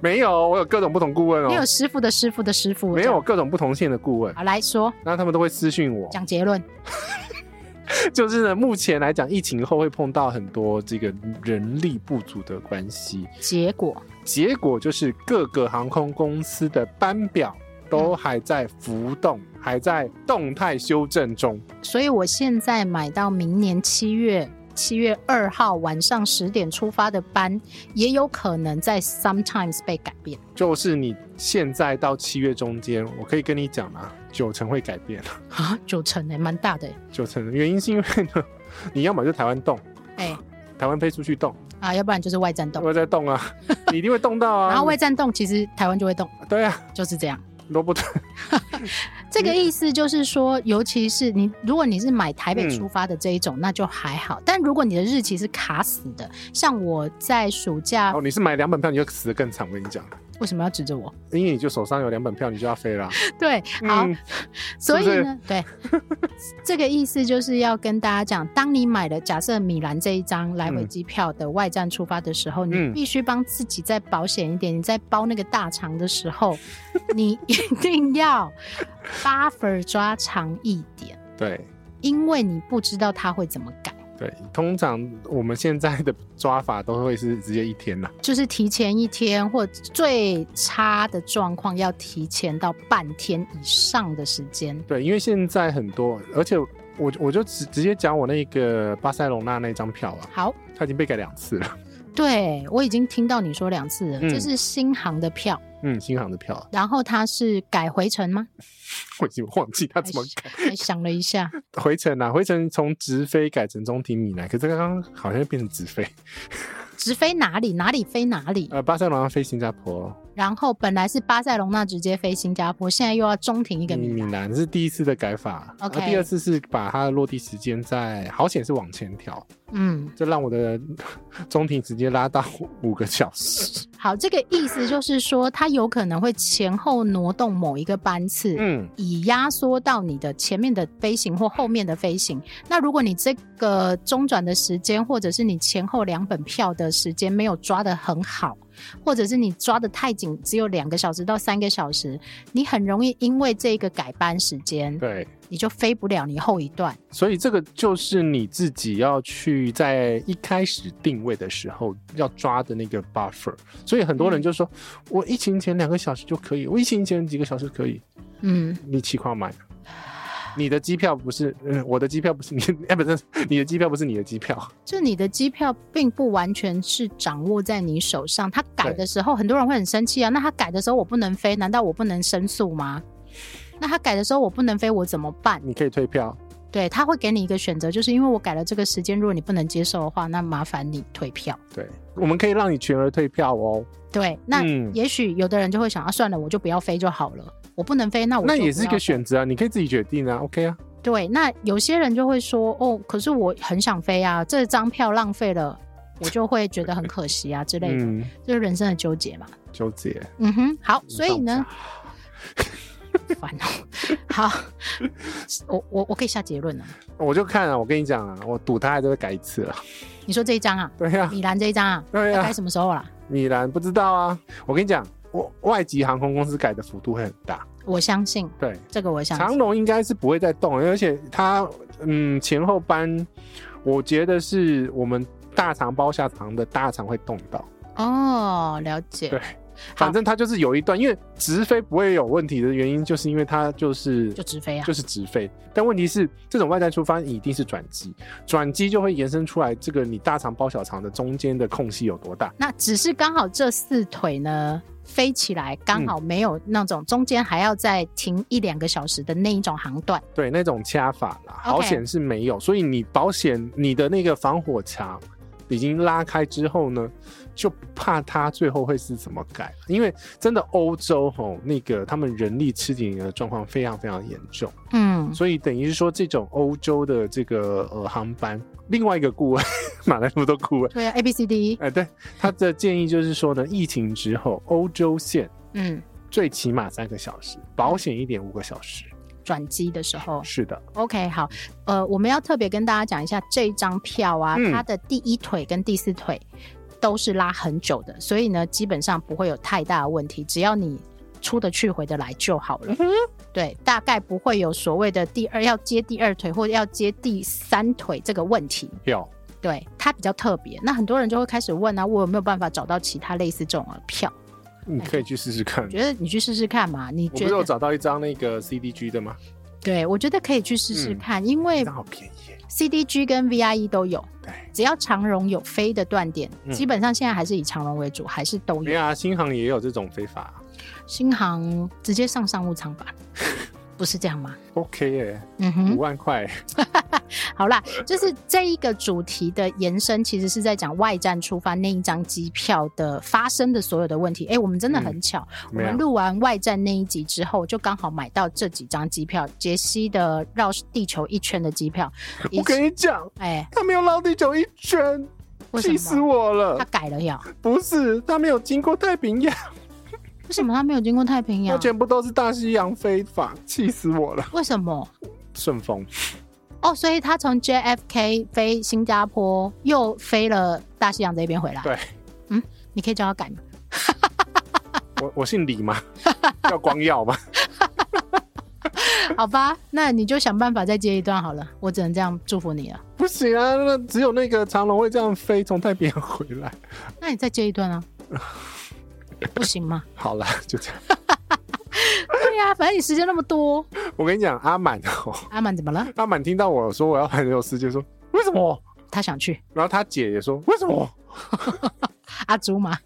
S2: 没有，我有各种不同顾问
S1: 你有
S2: 哦，
S1: 师傅的师傅的师傅，
S2: 没
S1: 这
S2: 有
S1: 样。
S2: 各种不同线的顾问，
S1: 好，来说
S2: 那他们都会私讯我。
S1: 讲结论。
S2: 就是呢，目前来讲，疫情后会碰到很多这个人力不足的关系，
S1: 结果
S2: 结果就是各个航空公司的班表都还在浮动，还在动态修正中。
S1: 所以我现在买到明年七月七月二号晚上十点出发的班，也有可能在 sometimes 被改变。
S2: 就是你现在到七月中间，我可以跟你讲啊，九成会改变， (laughs)
S1: 啊，九成哎、蛮大的
S2: 九成原因是因为呢，你要么就台湾动，
S1: 哎、
S2: 台湾飞出去动，
S1: 哎啊，要不然就是外战洞，
S2: 我在动啊，
S1: (laughs)
S2: 你一定会动到啊。
S1: 然后外战洞其实台湾就会动，
S2: 对啊，
S1: 就是这样。
S2: 萝
S1: (laughs)
S2: 卜腿
S1: 这个意思就是说，尤其是你，如果你是买台
S2: 嗯
S1: 北出发的这一种，那就还好。但如果你的日期是卡死的，像我在暑假，
S2: 哦，你是买两本票，你就死得更惨。我跟你讲，
S1: 为什么要指
S2: (laughs)
S1: 着我？
S2: 因为你就手上有两本票，你就要飞啦。
S1: 对，好，
S2: 嗯
S1: 所以呢，
S2: (laughs)
S1: 对，这个意思就是要跟大家讲，当你买了假设米兰这一张来回
S2: 嗯
S1: 机票的外站出发的时候，你
S2: 嗯
S1: 必须帮自己再保险一点。你在包那个大肠的时候，你一定要 buffer 抓长一点，
S2: 对
S1: 因为你不知道它会怎么改。
S2: 对，通常我们现在的抓法都会是直接一天啦。
S1: 就是提前一天，或最差的状况要提前到半天以上的时间。
S2: 对，因为现在很多，而且我我就直直接讲我那个巴塞隆纳那张票啊，
S1: 好，
S2: 它已经被改两次了。
S1: 对我已经听到你说两次了，
S2: 嗯
S1: 这是新航的票，
S2: 嗯，新航的票啊，
S1: 然后它是改回程吗？
S2: 我已经忘记它
S1: 还
S2: (laughs) 怎么改。
S1: 还想了一下，
S2: 回程啊，回程从直飞改成中停米兰，可是刚刚好像变成直飞。
S1: 直飞哪里，哪里飞哪里。
S2: 呃，巴塞罗那飞新加坡，
S1: 然后本来是巴塞隆纳直接飞新加坡，现在又要中停一个米
S2: 米
S1: 兰。
S2: 兰是第一次的改法
S1: OK
S2: 啊第二次是把它的落地时间在好险是往前调，
S1: 嗯，
S2: 这让我的 (laughs) 中庭直接拉到五个小时。
S1: 好，这个意思就是说，它有可能会前后挪动某一个班次。
S2: 嗯，
S1: 以压缩到你的前面的飞行或后面的飞行。那如果你这个中转的时间，或者是你前后两本票的时间没有抓得很好，或者是你抓的太紧，只有两个小时到三个小时，你很容易因为这个改班时间，
S2: 对，
S1: 你就飞不了你后一段。
S2: 所以这个就是你自己要去在一开始定位的时候要抓的那个 buffer。所以很多人就说，我疫情前两个小时就可以，我疫情前几个小时可以，
S1: 嗯，
S2: 你情况买。你的机票不是，嗯，我的机票不是你， (laughs) 哎，不是你的机票不是你的机票，
S1: 就你的机票并不完全是掌握在你手上，他改的时候很多人会很生气啊。那他改的时候我不能飞，难道我不能申诉吗？那他改的时候我不能飞，我怎么办？
S2: 你可以退票。
S1: 对他会给你一个选择，就是因为我改了这个时间，如果你不能接受的话，那麻烦你退票。
S2: 对，我们可以让你全额退票哦。
S1: 对，那
S2: 嗯
S1: 也许有的人就会想啊，算了，我就不要飞就好了。我不能飞，那我
S2: 那
S1: 就
S2: 也
S1: 不
S2: 是一
S1: 要
S2: 个
S1: 飞
S2: 选择啊，你可以自己决定啊，OK 啊。
S1: 对，那有些人就会说，哦，可是我很想飞啊，这张票浪费了，我就会觉得很可惜啊之类的，
S2: 嗯，
S1: 就是人生的纠结嘛。
S2: 纠结。
S1: 嗯哼，好，所以
S2: 上
S1: 呢，烦哦。好，我我我可以下结论了。
S2: 我就看啊，我跟你讲啊，我赌他还是会改一次啊。
S1: 你说这一张啊，
S2: 对呀、
S1: 米兰这一张啊，
S2: 对呀、
S1: 要改什么时候啦？
S2: 米兰不知道啊。我跟你讲，我外籍航空公司改的幅度会很大。
S1: 我相信
S2: 对，
S1: 这个，我相
S2: 长
S1: 信。
S2: 龙应该是不会再动，而且它嗯前后班，我觉得是我们大肠包下肠的大肠会动到。
S1: 哦，了解
S2: 对，反正它就是有一段，因为直飞不会有问题的原因，就是因为它就是
S1: 就直飞啊
S2: 就。是直飞。但问题是，这种外带出发一定是转机，转机就会延伸出来这个你大肠包小肠的中间的空隙有多大。
S1: 那只是刚好这四腿呢飞起来，刚好没有那种中间还要再停一两个小时的那一种航段。
S2: 对，那种掐法啦，好
S1: OK
S2: 险是没有。所以你保险你的那个防火墙已经拉开之后呢，就不怕它最后会是怎么改。因为真的欧洲吼，那个他们人力吃紧的状况非常非常严重，
S1: 嗯，
S2: 所以等于是说这种欧洲的这个呃航班，另外一个顾问马来那么多顾问。
S1: 对啊，A B C D E，
S2: 哎，对，他的建议就是说呢，疫情之后，欧洲线
S1: 嗯，
S2: 最起码三个小时，保险一点五个小时。
S1: 转机的时候
S2: 是的，
S1: ，OK，好，呃，我们要特别跟大家讲一下这一张票啊，
S2: 嗯
S1: 它的第一腿跟第四腿都是拉很久的，所以呢，基本上不会有太大的问题，只要你出得去回得来就好
S2: 嗯
S1: 了。对，大概不会有所谓的第二要接第二腿或者要接第三腿这个问题。
S2: 有
S1: 对它比较特别。那很多人就会开始问啊，我有没有办法找到其他类似这种的票？
S2: 你可以去试试看。
S1: 觉得你去试试看嘛？你
S2: 我不
S1: 觉
S2: 是有
S1: 得？
S2: 找到一张那个 CDG 的吗？
S1: 对，我觉得可以去试
S2: 嗯
S1: 试看，因
S2: 那
S1: 为
S2: 张好便宜耶。
S1: CDG 跟 VIE 都有，
S2: 对，
S1: 只要长荣有飞的断点，
S2: 嗯
S1: 基本上现在还是以长荣为主，还是都
S2: 没
S1: 有。
S2: 有啊，新航也有这种飞法。啊
S1: 新航直接上商务舱
S2: (laughs)
S1: 吧，不是这样吗？
S2: OK 耶，
S1: 嗯
S2: 五
S1: 哼，
S2: 万块。
S1: 好啦，就是这一个主题的延伸，其实是在讲外站出发那一张机票的发生的所有的问题。哎、我们真的很巧，我
S2: 嗯没有
S1: 们录完外站那一集之后，就刚好买到这几张机票，杰西的绕地球一圈的机票。以
S2: 我
S1: 及
S2: 跟你讲，
S1: 哎、
S2: 他没有绕地球一圈，
S1: 为
S2: 气
S1: 什
S2: 死
S1: 么？
S2: 我
S1: 他
S2: 了。
S1: 改了呀？
S2: 不是，他没有经过太平洋，
S1: 为什么他没有经过太平
S2: 他
S1: 洋？
S2: 全部都是大西洋飞法，气死我了。
S1: 为什么？
S2: 顺风，
S1: 哦，所以他从 JFK 飞新加坡，又飞了大西洋这边回来。
S2: 对，
S1: 嗯，你可以叫他
S2: (laughs)
S1: 改吗？
S2: 我我姓李
S1: (laughs)
S2: 吗？叫光耀吗？
S1: 好吧，那你就想办法再接一段好了，我只能这样祝福你了。
S2: 不行啊，那只有那个长龙会这样飞从太平洋回来。
S1: 那你再接一段
S2: (laughs)
S1: 啊，不行吗？
S2: 好啦，就这样。
S1: 对呀、反正你时间那么多，
S2: 我跟你讲，阿满哦，
S1: 阿满怎么了？
S2: 阿满听到我说我要环游世界，说为什么？
S1: 他想去
S2: 然后他姐也说为什
S1: 哦
S2: 么？
S1: 阿朱
S2: (laughs)
S1: 嘛？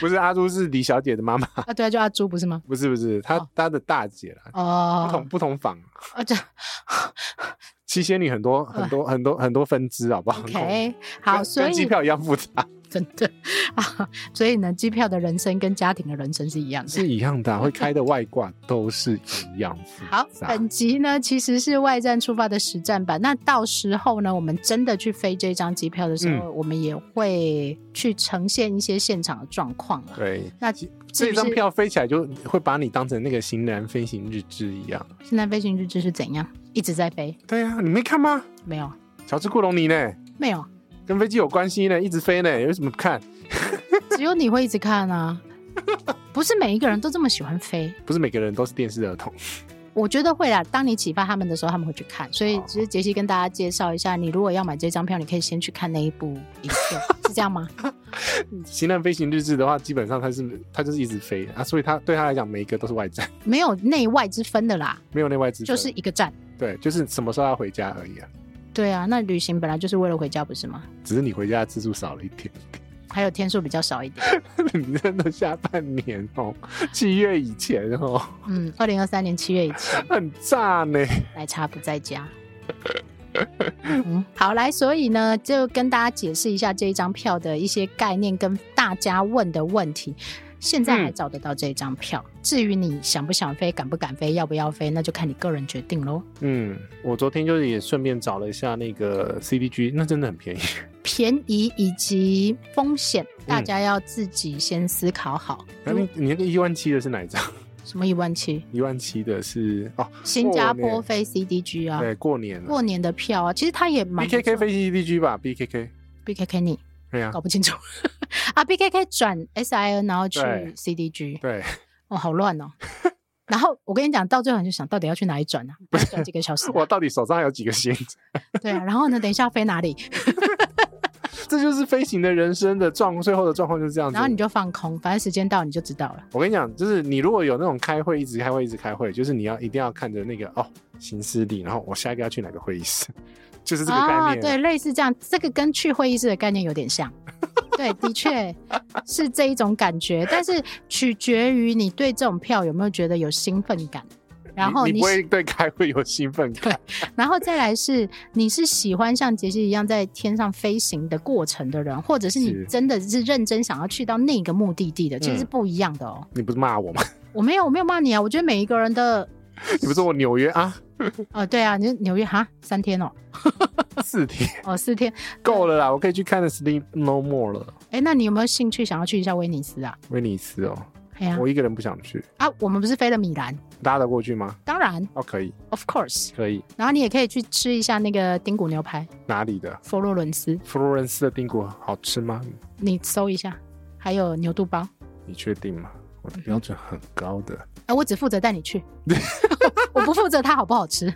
S2: 不是阿朱是李小姐的妈妈， (laughs)
S1: 啊，对啊，就阿朱不是吗？
S2: 不是不是，她
S1: 哦
S2: 她的大姐啦，不
S1: 哦
S2: 同，不同房。
S1: 啊这
S2: 七仙女很多很多很多很多分支，好不好
S1: 哦 OK
S2: 跟
S1: 好，所
S2: 跟机
S1: 以
S2: 票一样复杂，
S1: 真的啊， (laughs) 所以呢，机票的人生跟家庭的人生是一样的。
S2: 是一样的啊，会开的外挂都是一样复
S1: 好，
S2: 杂。
S1: 本集呢其实是外站出发的实战版。那到时候呢，我们真的去飞这张机票的时
S2: 嗯
S1: 候，我们也会去呈现一些现场的状况啦。
S2: 对，
S1: 那
S2: 其
S1: 至于
S2: 这张
S1: 是
S2: 票飞起来就会把你当成那个型男飞行日志一样。
S1: 现在飞行日志是怎样？一直在飞？
S2: 对啊，你没看吗？
S1: 没有，
S2: 乔治·库隆尼呢，
S1: 没有，
S2: 跟飞机有关系呢，一直飞呢，有什么不看？
S1: 只有你会一直看
S2: (laughs)
S1: 啊，不是每一个人都这么喜欢飞。
S2: 不是每个人都是电视儿童。
S1: 我觉得会啦，当你启发他们的时候，他们会去看。所
S2: 哦
S1: 以，只是杰西跟大家介绍一下，你如果要买这张票，你可以先去看那一部影片，是这样
S2: (laughs)
S1: 吗？
S2: 《型男飞行日志》的话，基本上它是它就是一直飞啊，所以它对他来讲每一个都是外战， (laughs)
S1: 没有内外之分的啦，
S2: 没有内外之分。
S1: 就是一个站。
S2: 对，就是什么时候要回家而已啊，
S1: 对啊，那旅行本来就是为了回家，不是吗？
S2: 只是你回家的次数少了一点。 (laughs)
S1: 还有天数比较少一点。
S2: 你真的下半年哦， (laughs) 七月以前哦， (laughs)
S1: 嗯，二零二三年七月以前，
S2: 很炸呢。
S1: 奶茶不在家。嗯，好来，所以呢，就跟大家解释一下这一张票的一些概念，跟大家问的问题。现在还找得到这一张票，至于你想不想飞、敢不敢飞、要不要飞，那就看你个人决定喽。
S2: 嗯，我昨天就是也顺便找了一下那个 CDG，那真的很便宜。 (laughs)
S1: 便宜以及风险，大家要自己先思考好。
S2: 那你你那个一万七的是哪一张？
S1: 什么一万七？
S2: 一万七的是哦，
S1: 新加坡
S2: 过年
S1: 飞 CDG 啊，
S2: 对，过年了
S1: 过年的票啊，其实它也蛮
S2: BKK 飞啊 CDG 吧，BKK
S1: BKK 你
S2: 对呀、
S1: 搞不清楚 (laughs) 啊，BKK 转 SIN 然后去
S2: 对
S1: CDG，
S2: 对， (laughs)
S1: 哦，好乱哦。 (laughs) 然后我跟你讲，到最后你就想到底要去哪里
S2: (laughs)
S1: 转啊？要转几个小时啊、
S2: 我到底手上还有几个星？
S1: 对啊。然后呢，等一下要飞
S2: (laughs)
S1: 哪里？
S2: 这就是飞行的人生的状，最后的状况就是这样子。
S1: 然后你就放空，反正时间到你就知道了。
S2: 我跟你讲，就是你如果有那种开会一直开会一直开会，就是你要一定要看着那个哦行事历，然后我下一个要去哪个会议室， (laughs) 就是这个概
S1: 啊，
S2: 念。
S1: 对，类似这样，这个跟去会议室的概念有点
S2: (laughs)
S1: 像。对，的确是这一种感觉，但是取决于你对这种票有没有觉得有兴奋感，然后
S2: 你
S1: 你
S2: 不会对开会有兴奋感。
S1: 然后再来是，你是喜欢像杰西一样在天上飞行的过程的人，或者是你
S2: 是嗯
S1: 真的是认真想要去到那个目的地的，其实是不一样的哦。
S2: 你不是骂我吗？ (laughs)
S1: 我没有，我没有骂你啊，我觉得每一个人的，
S2: 你不是说我纽约啊，
S1: 呃，对啊，你纽约哈三天哦，
S2: 四天
S1: 哦四天，
S2: 够了啦，我可以去看《Sleep No More》了，
S1: 哎，那你有没有兴趣想要去一下威尼斯啊？
S2: 威尼斯哦，
S1: 哎呀、
S2: 我一个人不想去，
S1: 啊，我们不是飞了米兰，
S2: 搭得过去吗？
S1: 当然
S2: 哦，可以，
S1: ，of course，
S2: 可以，
S1: 然后你也可以去吃一下那个丁骨牛排，
S2: 哪里的？
S1: 佛罗伦斯，
S2: 佛罗伦斯的丁骨好吃吗？
S1: 你搜一下，还有牛肚包。
S2: 你确定吗？我的标准很高的。
S1: 哎、我只负责带你去， (laughs) 我不负责它好不好吃。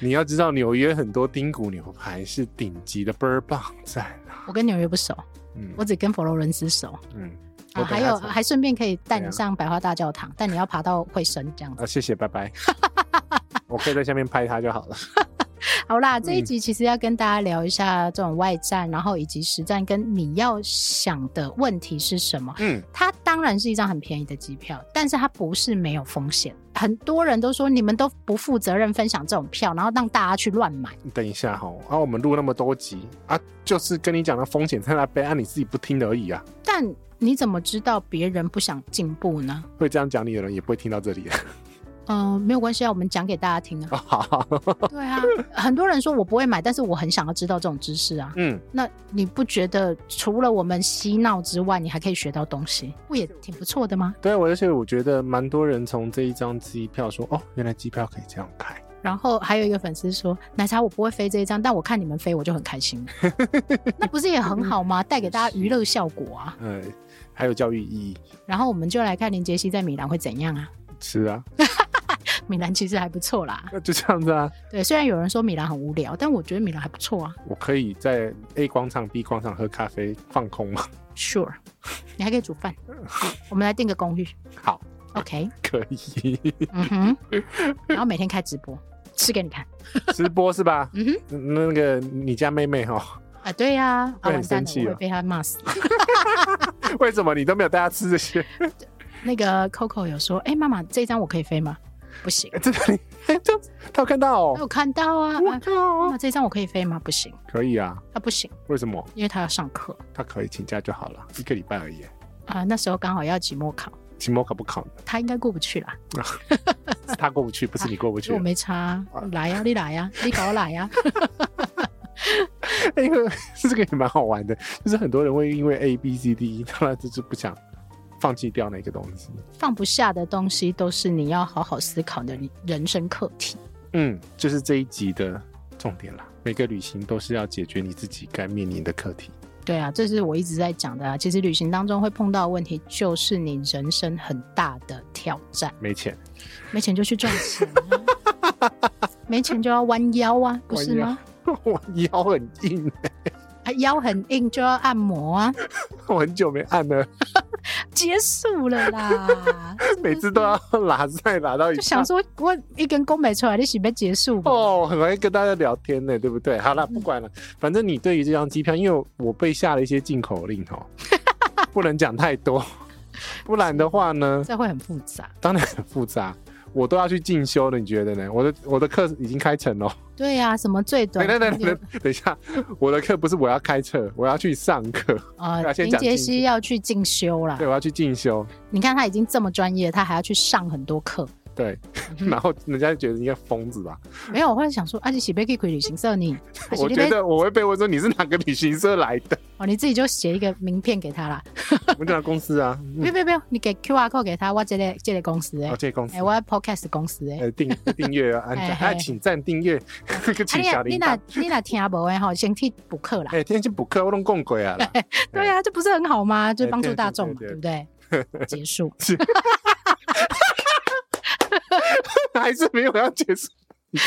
S2: 你要知道，纽约很多丁骨牛排是顶级的倍儿棒赞啊！
S1: 我跟纽约不熟，
S2: 嗯
S1: 我只跟佛罗伦斯熟。
S2: 嗯，
S1: 啊，
S2: 我等
S1: 还
S2: 一下
S1: 有
S2: 才
S1: 还顺便可以带
S2: 对
S1: 你
S2: 啊
S1: 上百花大教堂，但你要爬到会神这样子。
S2: 啊，谢谢，
S1: (laughs)
S2: 拜拜。我可以在下面拍它就好了。
S1: 好啦，
S2: 嗯
S1: 这一集其实要跟大家聊一下这种外战，然后以及实战跟你要想的问题是什么。
S2: 嗯，
S1: 它当然是一张很便宜的机票，但是它不是没有风险。很多人都说你们都不负责任分享这种票，然后让大家去乱买。
S2: 等一下哈，啊，我们录那么多集啊，就是跟你讲的风险在那边，啊，你自己不听而已啊。
S1: 但你怎么知道别人不想进步呢？
S2: 会这样讲你的人也不会听到这
S1: (laughs)
S2: 里的。
S1: 嗯、没有关系啊，我们讲给大家听啊。
S2: 好， (laughs)
S1: 对啊，很多人说我不会买，但是我很想要知道这种知识啊。
S2: 嗯，
S1: 那你不觉得除了我们嬉闹之外，你还可以学到东西，不也挺不错的吗？
S2: 对，啊我而且我觉得蛮多人从这一张机票说，哦，原来机票可以这样开。
S1: 然后还有一个粉丝说：“奶茶，我不会飞这一张，但我看你们飞，我就很开心。”那不是也很好吗？带给大家娱乐效果啊。
S2: 呃，还有教育意义。
S1: 然后我们就来看林杰西在米兰会怎样啊？
S2: 是啊，
S1: 米兰其实还不错啦。
S2: 那就这样子啊。
S1: 对，虽然有人说米兰很无聊，但我觉得米兰还不错啊。
S2: 我可以在 A 广场、B 广场喝咖啡放空吗？ (laughs)
S1: Sure，你还可以煮饭。我们来订个公寓
S2: 好，
S1: ，OK？
S2: 可以
S1: 嗯哼，然后每天开直播，吃给你看。
S2: 直播是吧？
S1: 嗯哼，
S2: 那那个你家妹哦妹哈，
S1: 啊，对呀、啊，
S2: 会很
S1: 完蛋
S2: 生
S1: 了，
S2: 气
S1: 我会
S2: 哦
S1: 被他骂死。
S2: (laughs) 为什么你都没有带她吃这些？ (laughs)
S1: 那个 Coco 有说，哎、妈妈，这张我可以飞吗？不行。
S2: 哎，这里 (laughs) 哎，这她有看到
S1: 我
S2: 哦，
S1: 有看到啊，
S2: (laughs) 我
S1: 啊妈
S2: 靠，
S1: 妈，这张我可以飞吗？不行，
S2: 可以啊？
S1: 啊，不行，
S2: 为什么？
S1: 因为他要上课
S2: 她可以请假就好了，一个礼拜而已。
S1: 啊、那时候刚好要期末考，
S2: 期末考不考呢？
S1: 他应该过不去啦，
S2: 是她过不去，不是你过不
S1: 因
S2: 去
S1: 为我。没差啊、来呀、你来呀、你搞我来啊呀、
S2: (laughs) 那个这个也蛮好玩的，就是很多人会因为 A、B、C、D，当然就是不想放弃掉那个东西。
S1: (laughs) 放不下的东西都是你要好好思考的人人生课题。
S2: 嗯，就是这一集的重点啦。每个旅行都是要解决你自己该面临的课题。
S1: 对啊，这是我一直在讲的啊。其实旅行当中会碰到的问题，就是你人生很大的挑战。
S2: 没钱，
S1: 没钱就去赚钱、啊，没钱就要弯腰啊，不是吗？
S2: (laughs) 我腰很硬， (laughs)
S1: 啊，腰很硬就要按摩啊，
S2: 我很久没按了，
S1: 结束了 (laughs) 啦。
S2: 每次都要拉塞拉到一
S1: 就想
S2: 下。
S1: 说，我一根弓没出来，你准备结束吧？
S2: 哦，很容易跟大家聊天呢，对不对？好了，不管
S1: 嗯
S2: 了，反正你对于这张机票，因为我被下了一些禁口令
S1: (laughs)
S2: 哦，不能讲太多，不然的话呢，
S1: 这会很复杂。
S2: 当然很复杂，我都要去进修了，你觉得呢？我的我的课已经开成了。
S1: 对呀、啊，什么最短
S2: 等等等
S1: 有
S2: 等，等一下，我的课不是我要开车，我要去上课， (laughs)
S1: 呃，
S2: 要先
S1: 林
S2: 讲
S1: 杰
S2: 清
S1: 西
S2: 楚
S1: 要去进修啦
S2: 对，。我要去进修，
S1: 你看他已经这么专业，他还要去上很多课。
S2: 对，
S1: 嗯
S2: 然后人家就觉得你个疯子吧？
S1: 没有，我会想说，啊，你喜贝可以回旅行社你，还是
S2: (laughs) 我
S1: 你
S2: 觉
S1: 要
S2: 得我会被问说你是哪个旅行社来的？
S1: 哦，你自己就写一个名片给他啦。
S2: (laughs) 我讲公司啊，嗯
S1: 没有没有没有，你给 Q R code 给他，我这个这个公司哎、
S2: 哦，这个公司
S1: 哎、。我 Podcast 公司哎、
S2: 呃，订订阅啊，按
S1: 哎
S2: 赞，
S1: 嘿
S2: 哎，请赞订阅， (laughs) 请
S1: 啊
S2: 小
S1: 你
S2: 铃
S1: 你那
S2: 铛。
S1: 你那听不哎哈，先去补课
S2: (laughs)
S1: 啦。
S2: 哎，天气补课，我弄共轨啊啦。
S1: 对啊，这不是很好吗？就帮助大众嘛，
S2: 哎对
S1: 对
S2: 对
S1: 不对？
S2: (laughs)
S1: 结束，
S2: (laughs) 还是没有要结束，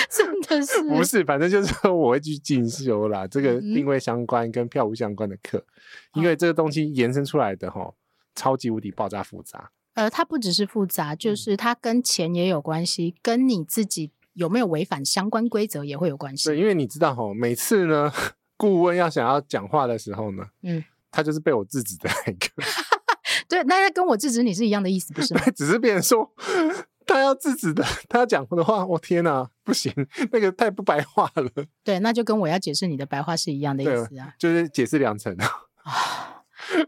S1: 真的是
S2: 不是，反正就是说我会去进修啦，这个
S1: 嗯
S2: 定位相关跟票务相关的课，因为这个东西延伸出来的吼，超级无敌爆炸复杂。
S1: 呃，它不只是复杂，
S2: 嗯
S1: 就是它跟钱也有关系，跟你自己有没有违反相关规则也会有关
S2: 对，
S1: 系。
S2: 因为你知道吼，每次呢，顾问要想要讲话的时候呢，
S1: 嗯，
S2: 他就是被我制止的那一个，
S1: 对，那跟我制止你是一样的意思，不是吗？ (laughs)
S2: 只是别人说他要制止的，他要讲的话，我天哪、不行，那个太不白话了，
S1: 对，那就跟我要解释你的白话是一样的
S2: 对
S1: 意思啊。
S2: 就是解释两层。啊
S1: (laughs)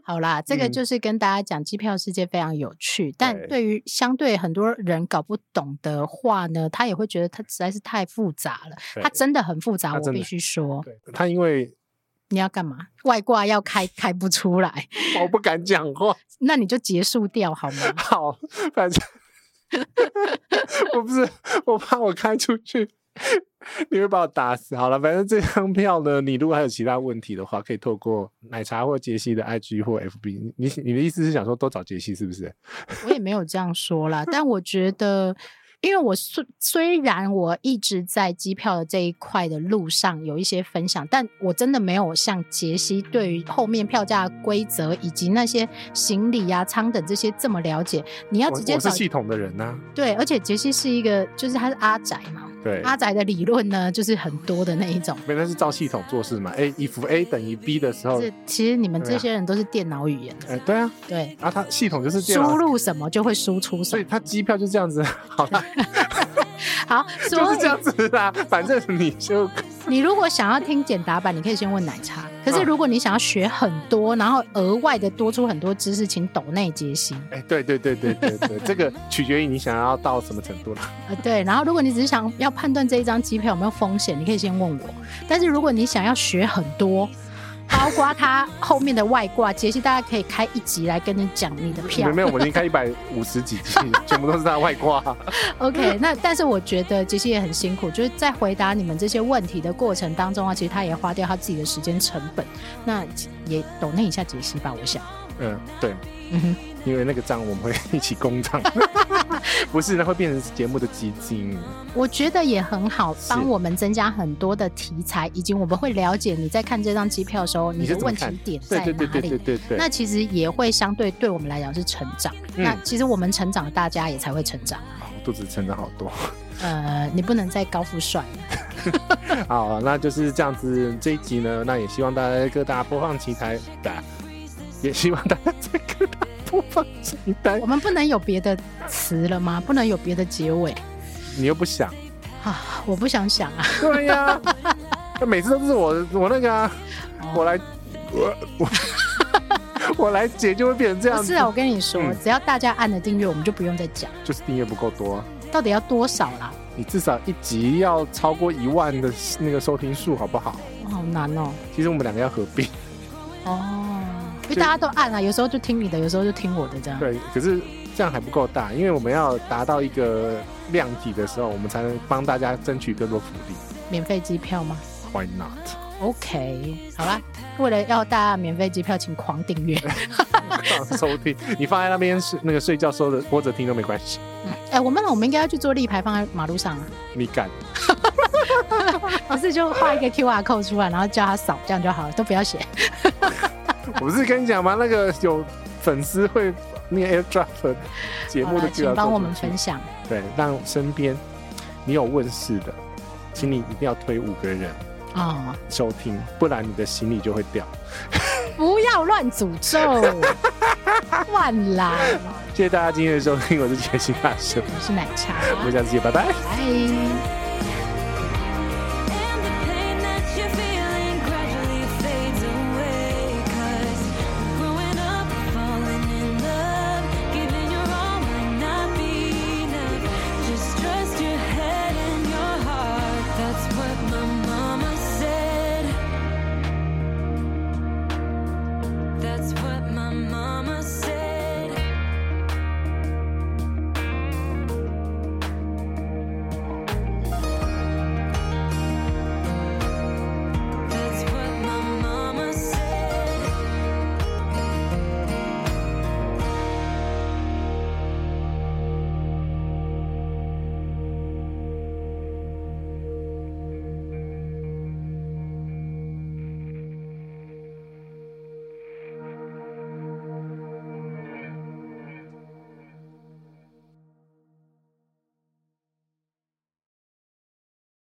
S1: 好啦，这个
S2: 嗯
S1: 就是跟大家讲，机票世界非常有趣，但
S2: 对
S1: 对于相对很多人搞不懂的话呢，他也会觉得它实在是太复杂了。它
S2: 对
S1: 真的很复杂，
S2: 它
S1: 我
S2: 真
S1: 必
S2: 的
S1: 须说。
S2: 对他因为
S1: 你要干嘛？外挂要开开不出来， (laughs)
S2: 我不敢讲话，
S1: 那你就结束掉好吗？
S2: (laughs) 好，反正 (laughs) 我不是我怕我开出去。你会把我打死。好了，反正这张票呢，你如果还有其他问题的话，可以透过奶茶或杰西的 IG 或 FB。你你的意思是想说都找杰西是不是？
S1: 我也没有这样说啦，但我觉得，因为我虽虽然我一直在机票的这一块的路上有一些分享，但我真的没有像杰西对于后面票价的规则以及那些行李啊、舱等这些这么了解。你要
S2: 我
S1: 直接
S2: 我
S1: 找
S2: 是系统的人呐、
S1: 对，而且杰西是一个，就是他是阿宅嘛，
S2: 对，
S1: 阿宅的理论呢就是很多的那一种。
S2: 没那是照系统做事嘛。哎，以符 A 等于 B 的时候
S1: 就，是其实你们
S2: 哦对
S1: 这
S2: 啊
S1: 些人都是电脑语言，
S2: 哎，对啊，
S1: 对，
S2: 然后它系统就是这样啊
S1: 输，入什么就会输出什
S2: 所以
S1: 么。
S2: 它机票就这样子， (laughs) 好啦，
S1: 好，
S2: 就
S1: 所
S2: 是
S1: 以
S2: 这样子啦。反正你就
S1: 你如果想要听简答版，你可以先问奶茶。可
S2: 嗯
S1: 是如果你想要学很多，然后额外的多出很多知识，请抖内杰西。
S2: 哎，对对对对对对，这个取决于你想要到什么程度了。
S1: 呃，对。然后如果你只是想要判断这一张机票有没有风险，你可以先问我。但是如果你想要学很多，包括它后面的外挂，杰西大家可以开一集来跟你讲你的票
S2: 没。有，我们已经开一百五十几集，全部都是他的外挂。 (laughs)
S1: OK，那但是我觉得杰西也很辛苦，就是在回答你们这些问题的过程当中啊，其实他也花掉他自己的时间成本。那也抖内一下杰西吧，我想。
S2: 嗯，对，
S1: 嗯哼。
S2: 因为那个账我们会一起公账， (laughs) 不是，那会变成节目的基金。
S1: 我觉得也很好，
S2: 是
S1: 帮我们增加很多的题材，以及我们会了解你在看这张机票的时候，你
S2: 是
S1: 的
S2: 怎么
S1: 问题
S2: 看
S1: 点
S2: 对
S1: 在
S2: 对对
S1: 哪
S2: 对对
S1: 里。
S2: 对对。
S1: 那其实也会相对对我们来讲是成长。
S2: 嗯
S1: 那其实我们成长，大家也才会成长。啊
S2: 哦肚子撑的好多。 (laughs)
S1: 呃，你不能再高富帅了。
S2: 好，那就是这样子。这一集呢，那也希望大家在各大播放平台的，也希望大家在各大播放平台
S1: 我。们不能有别的词了吗？不能有别的结尾
S2: 你又不想？
S1: 啊！我不想想啊。
S2: 对呀、那 (laughs) 每次都是我我那个、啊，我来，我我 (laughs) 我来解就会变成这样
S1: 不
S2: 子。
S1: 是啊，我跟你说，
S2: 嗯
S1: 只要大家按了订阅，我们就不用再讲，
S2: 就是订阅不够多、
S1: 到底要多少啦？
S2: 你至少一集要超过一万的那个收听数，好不好？
S1: 哦好难哦。
S2: 其实我们两个要合并，
S1: 哦，因为大家都按啊了、有时候就听你的，有时候就听我的这样。
S2: 对，可是这样还不够大，因为我们要达到一个量体的时候，我们才能帮大家争取更多福利。
S1: 免费机票吗？ (laughs)
S2: Why not？
S1: OK，好啦，为了要大家免费机票，请狂订
S2: (laughs)
S1: 阅。
S2: 收听，你放在那边是那个睡觉收着播着听都没关系。
S1: 哎、我们我们应该要去做立牌放在马路
S2: (laughs)
S1: 上啊，
S2: 你敢？
S1: 不是就画一个 QR code 出来，然后叫他扫，这样就好了，都不要写。
S2: 我不是跟你讲吗？那个有粉丝会那个 AirDrop 节
S1: 好
S2: 目的
S1: 了，
S2: QR
S1: 请
S2: code
S1: 帮我们
S2: 出去
S1: 分享。
S2: 对，让身边你有问世的，请你一定要推五个人
S1: 哦，
S2: 收听，不然你的行李就会掉。
S1: 不要乱诅咒，
S2: (laughs)
S1: 乱来。
S2: 谢谢大家今天的收听，我是杰西大叔，
S1: 我是奶茶，
S2: 我们下次见，拜拜。
S1: 拜。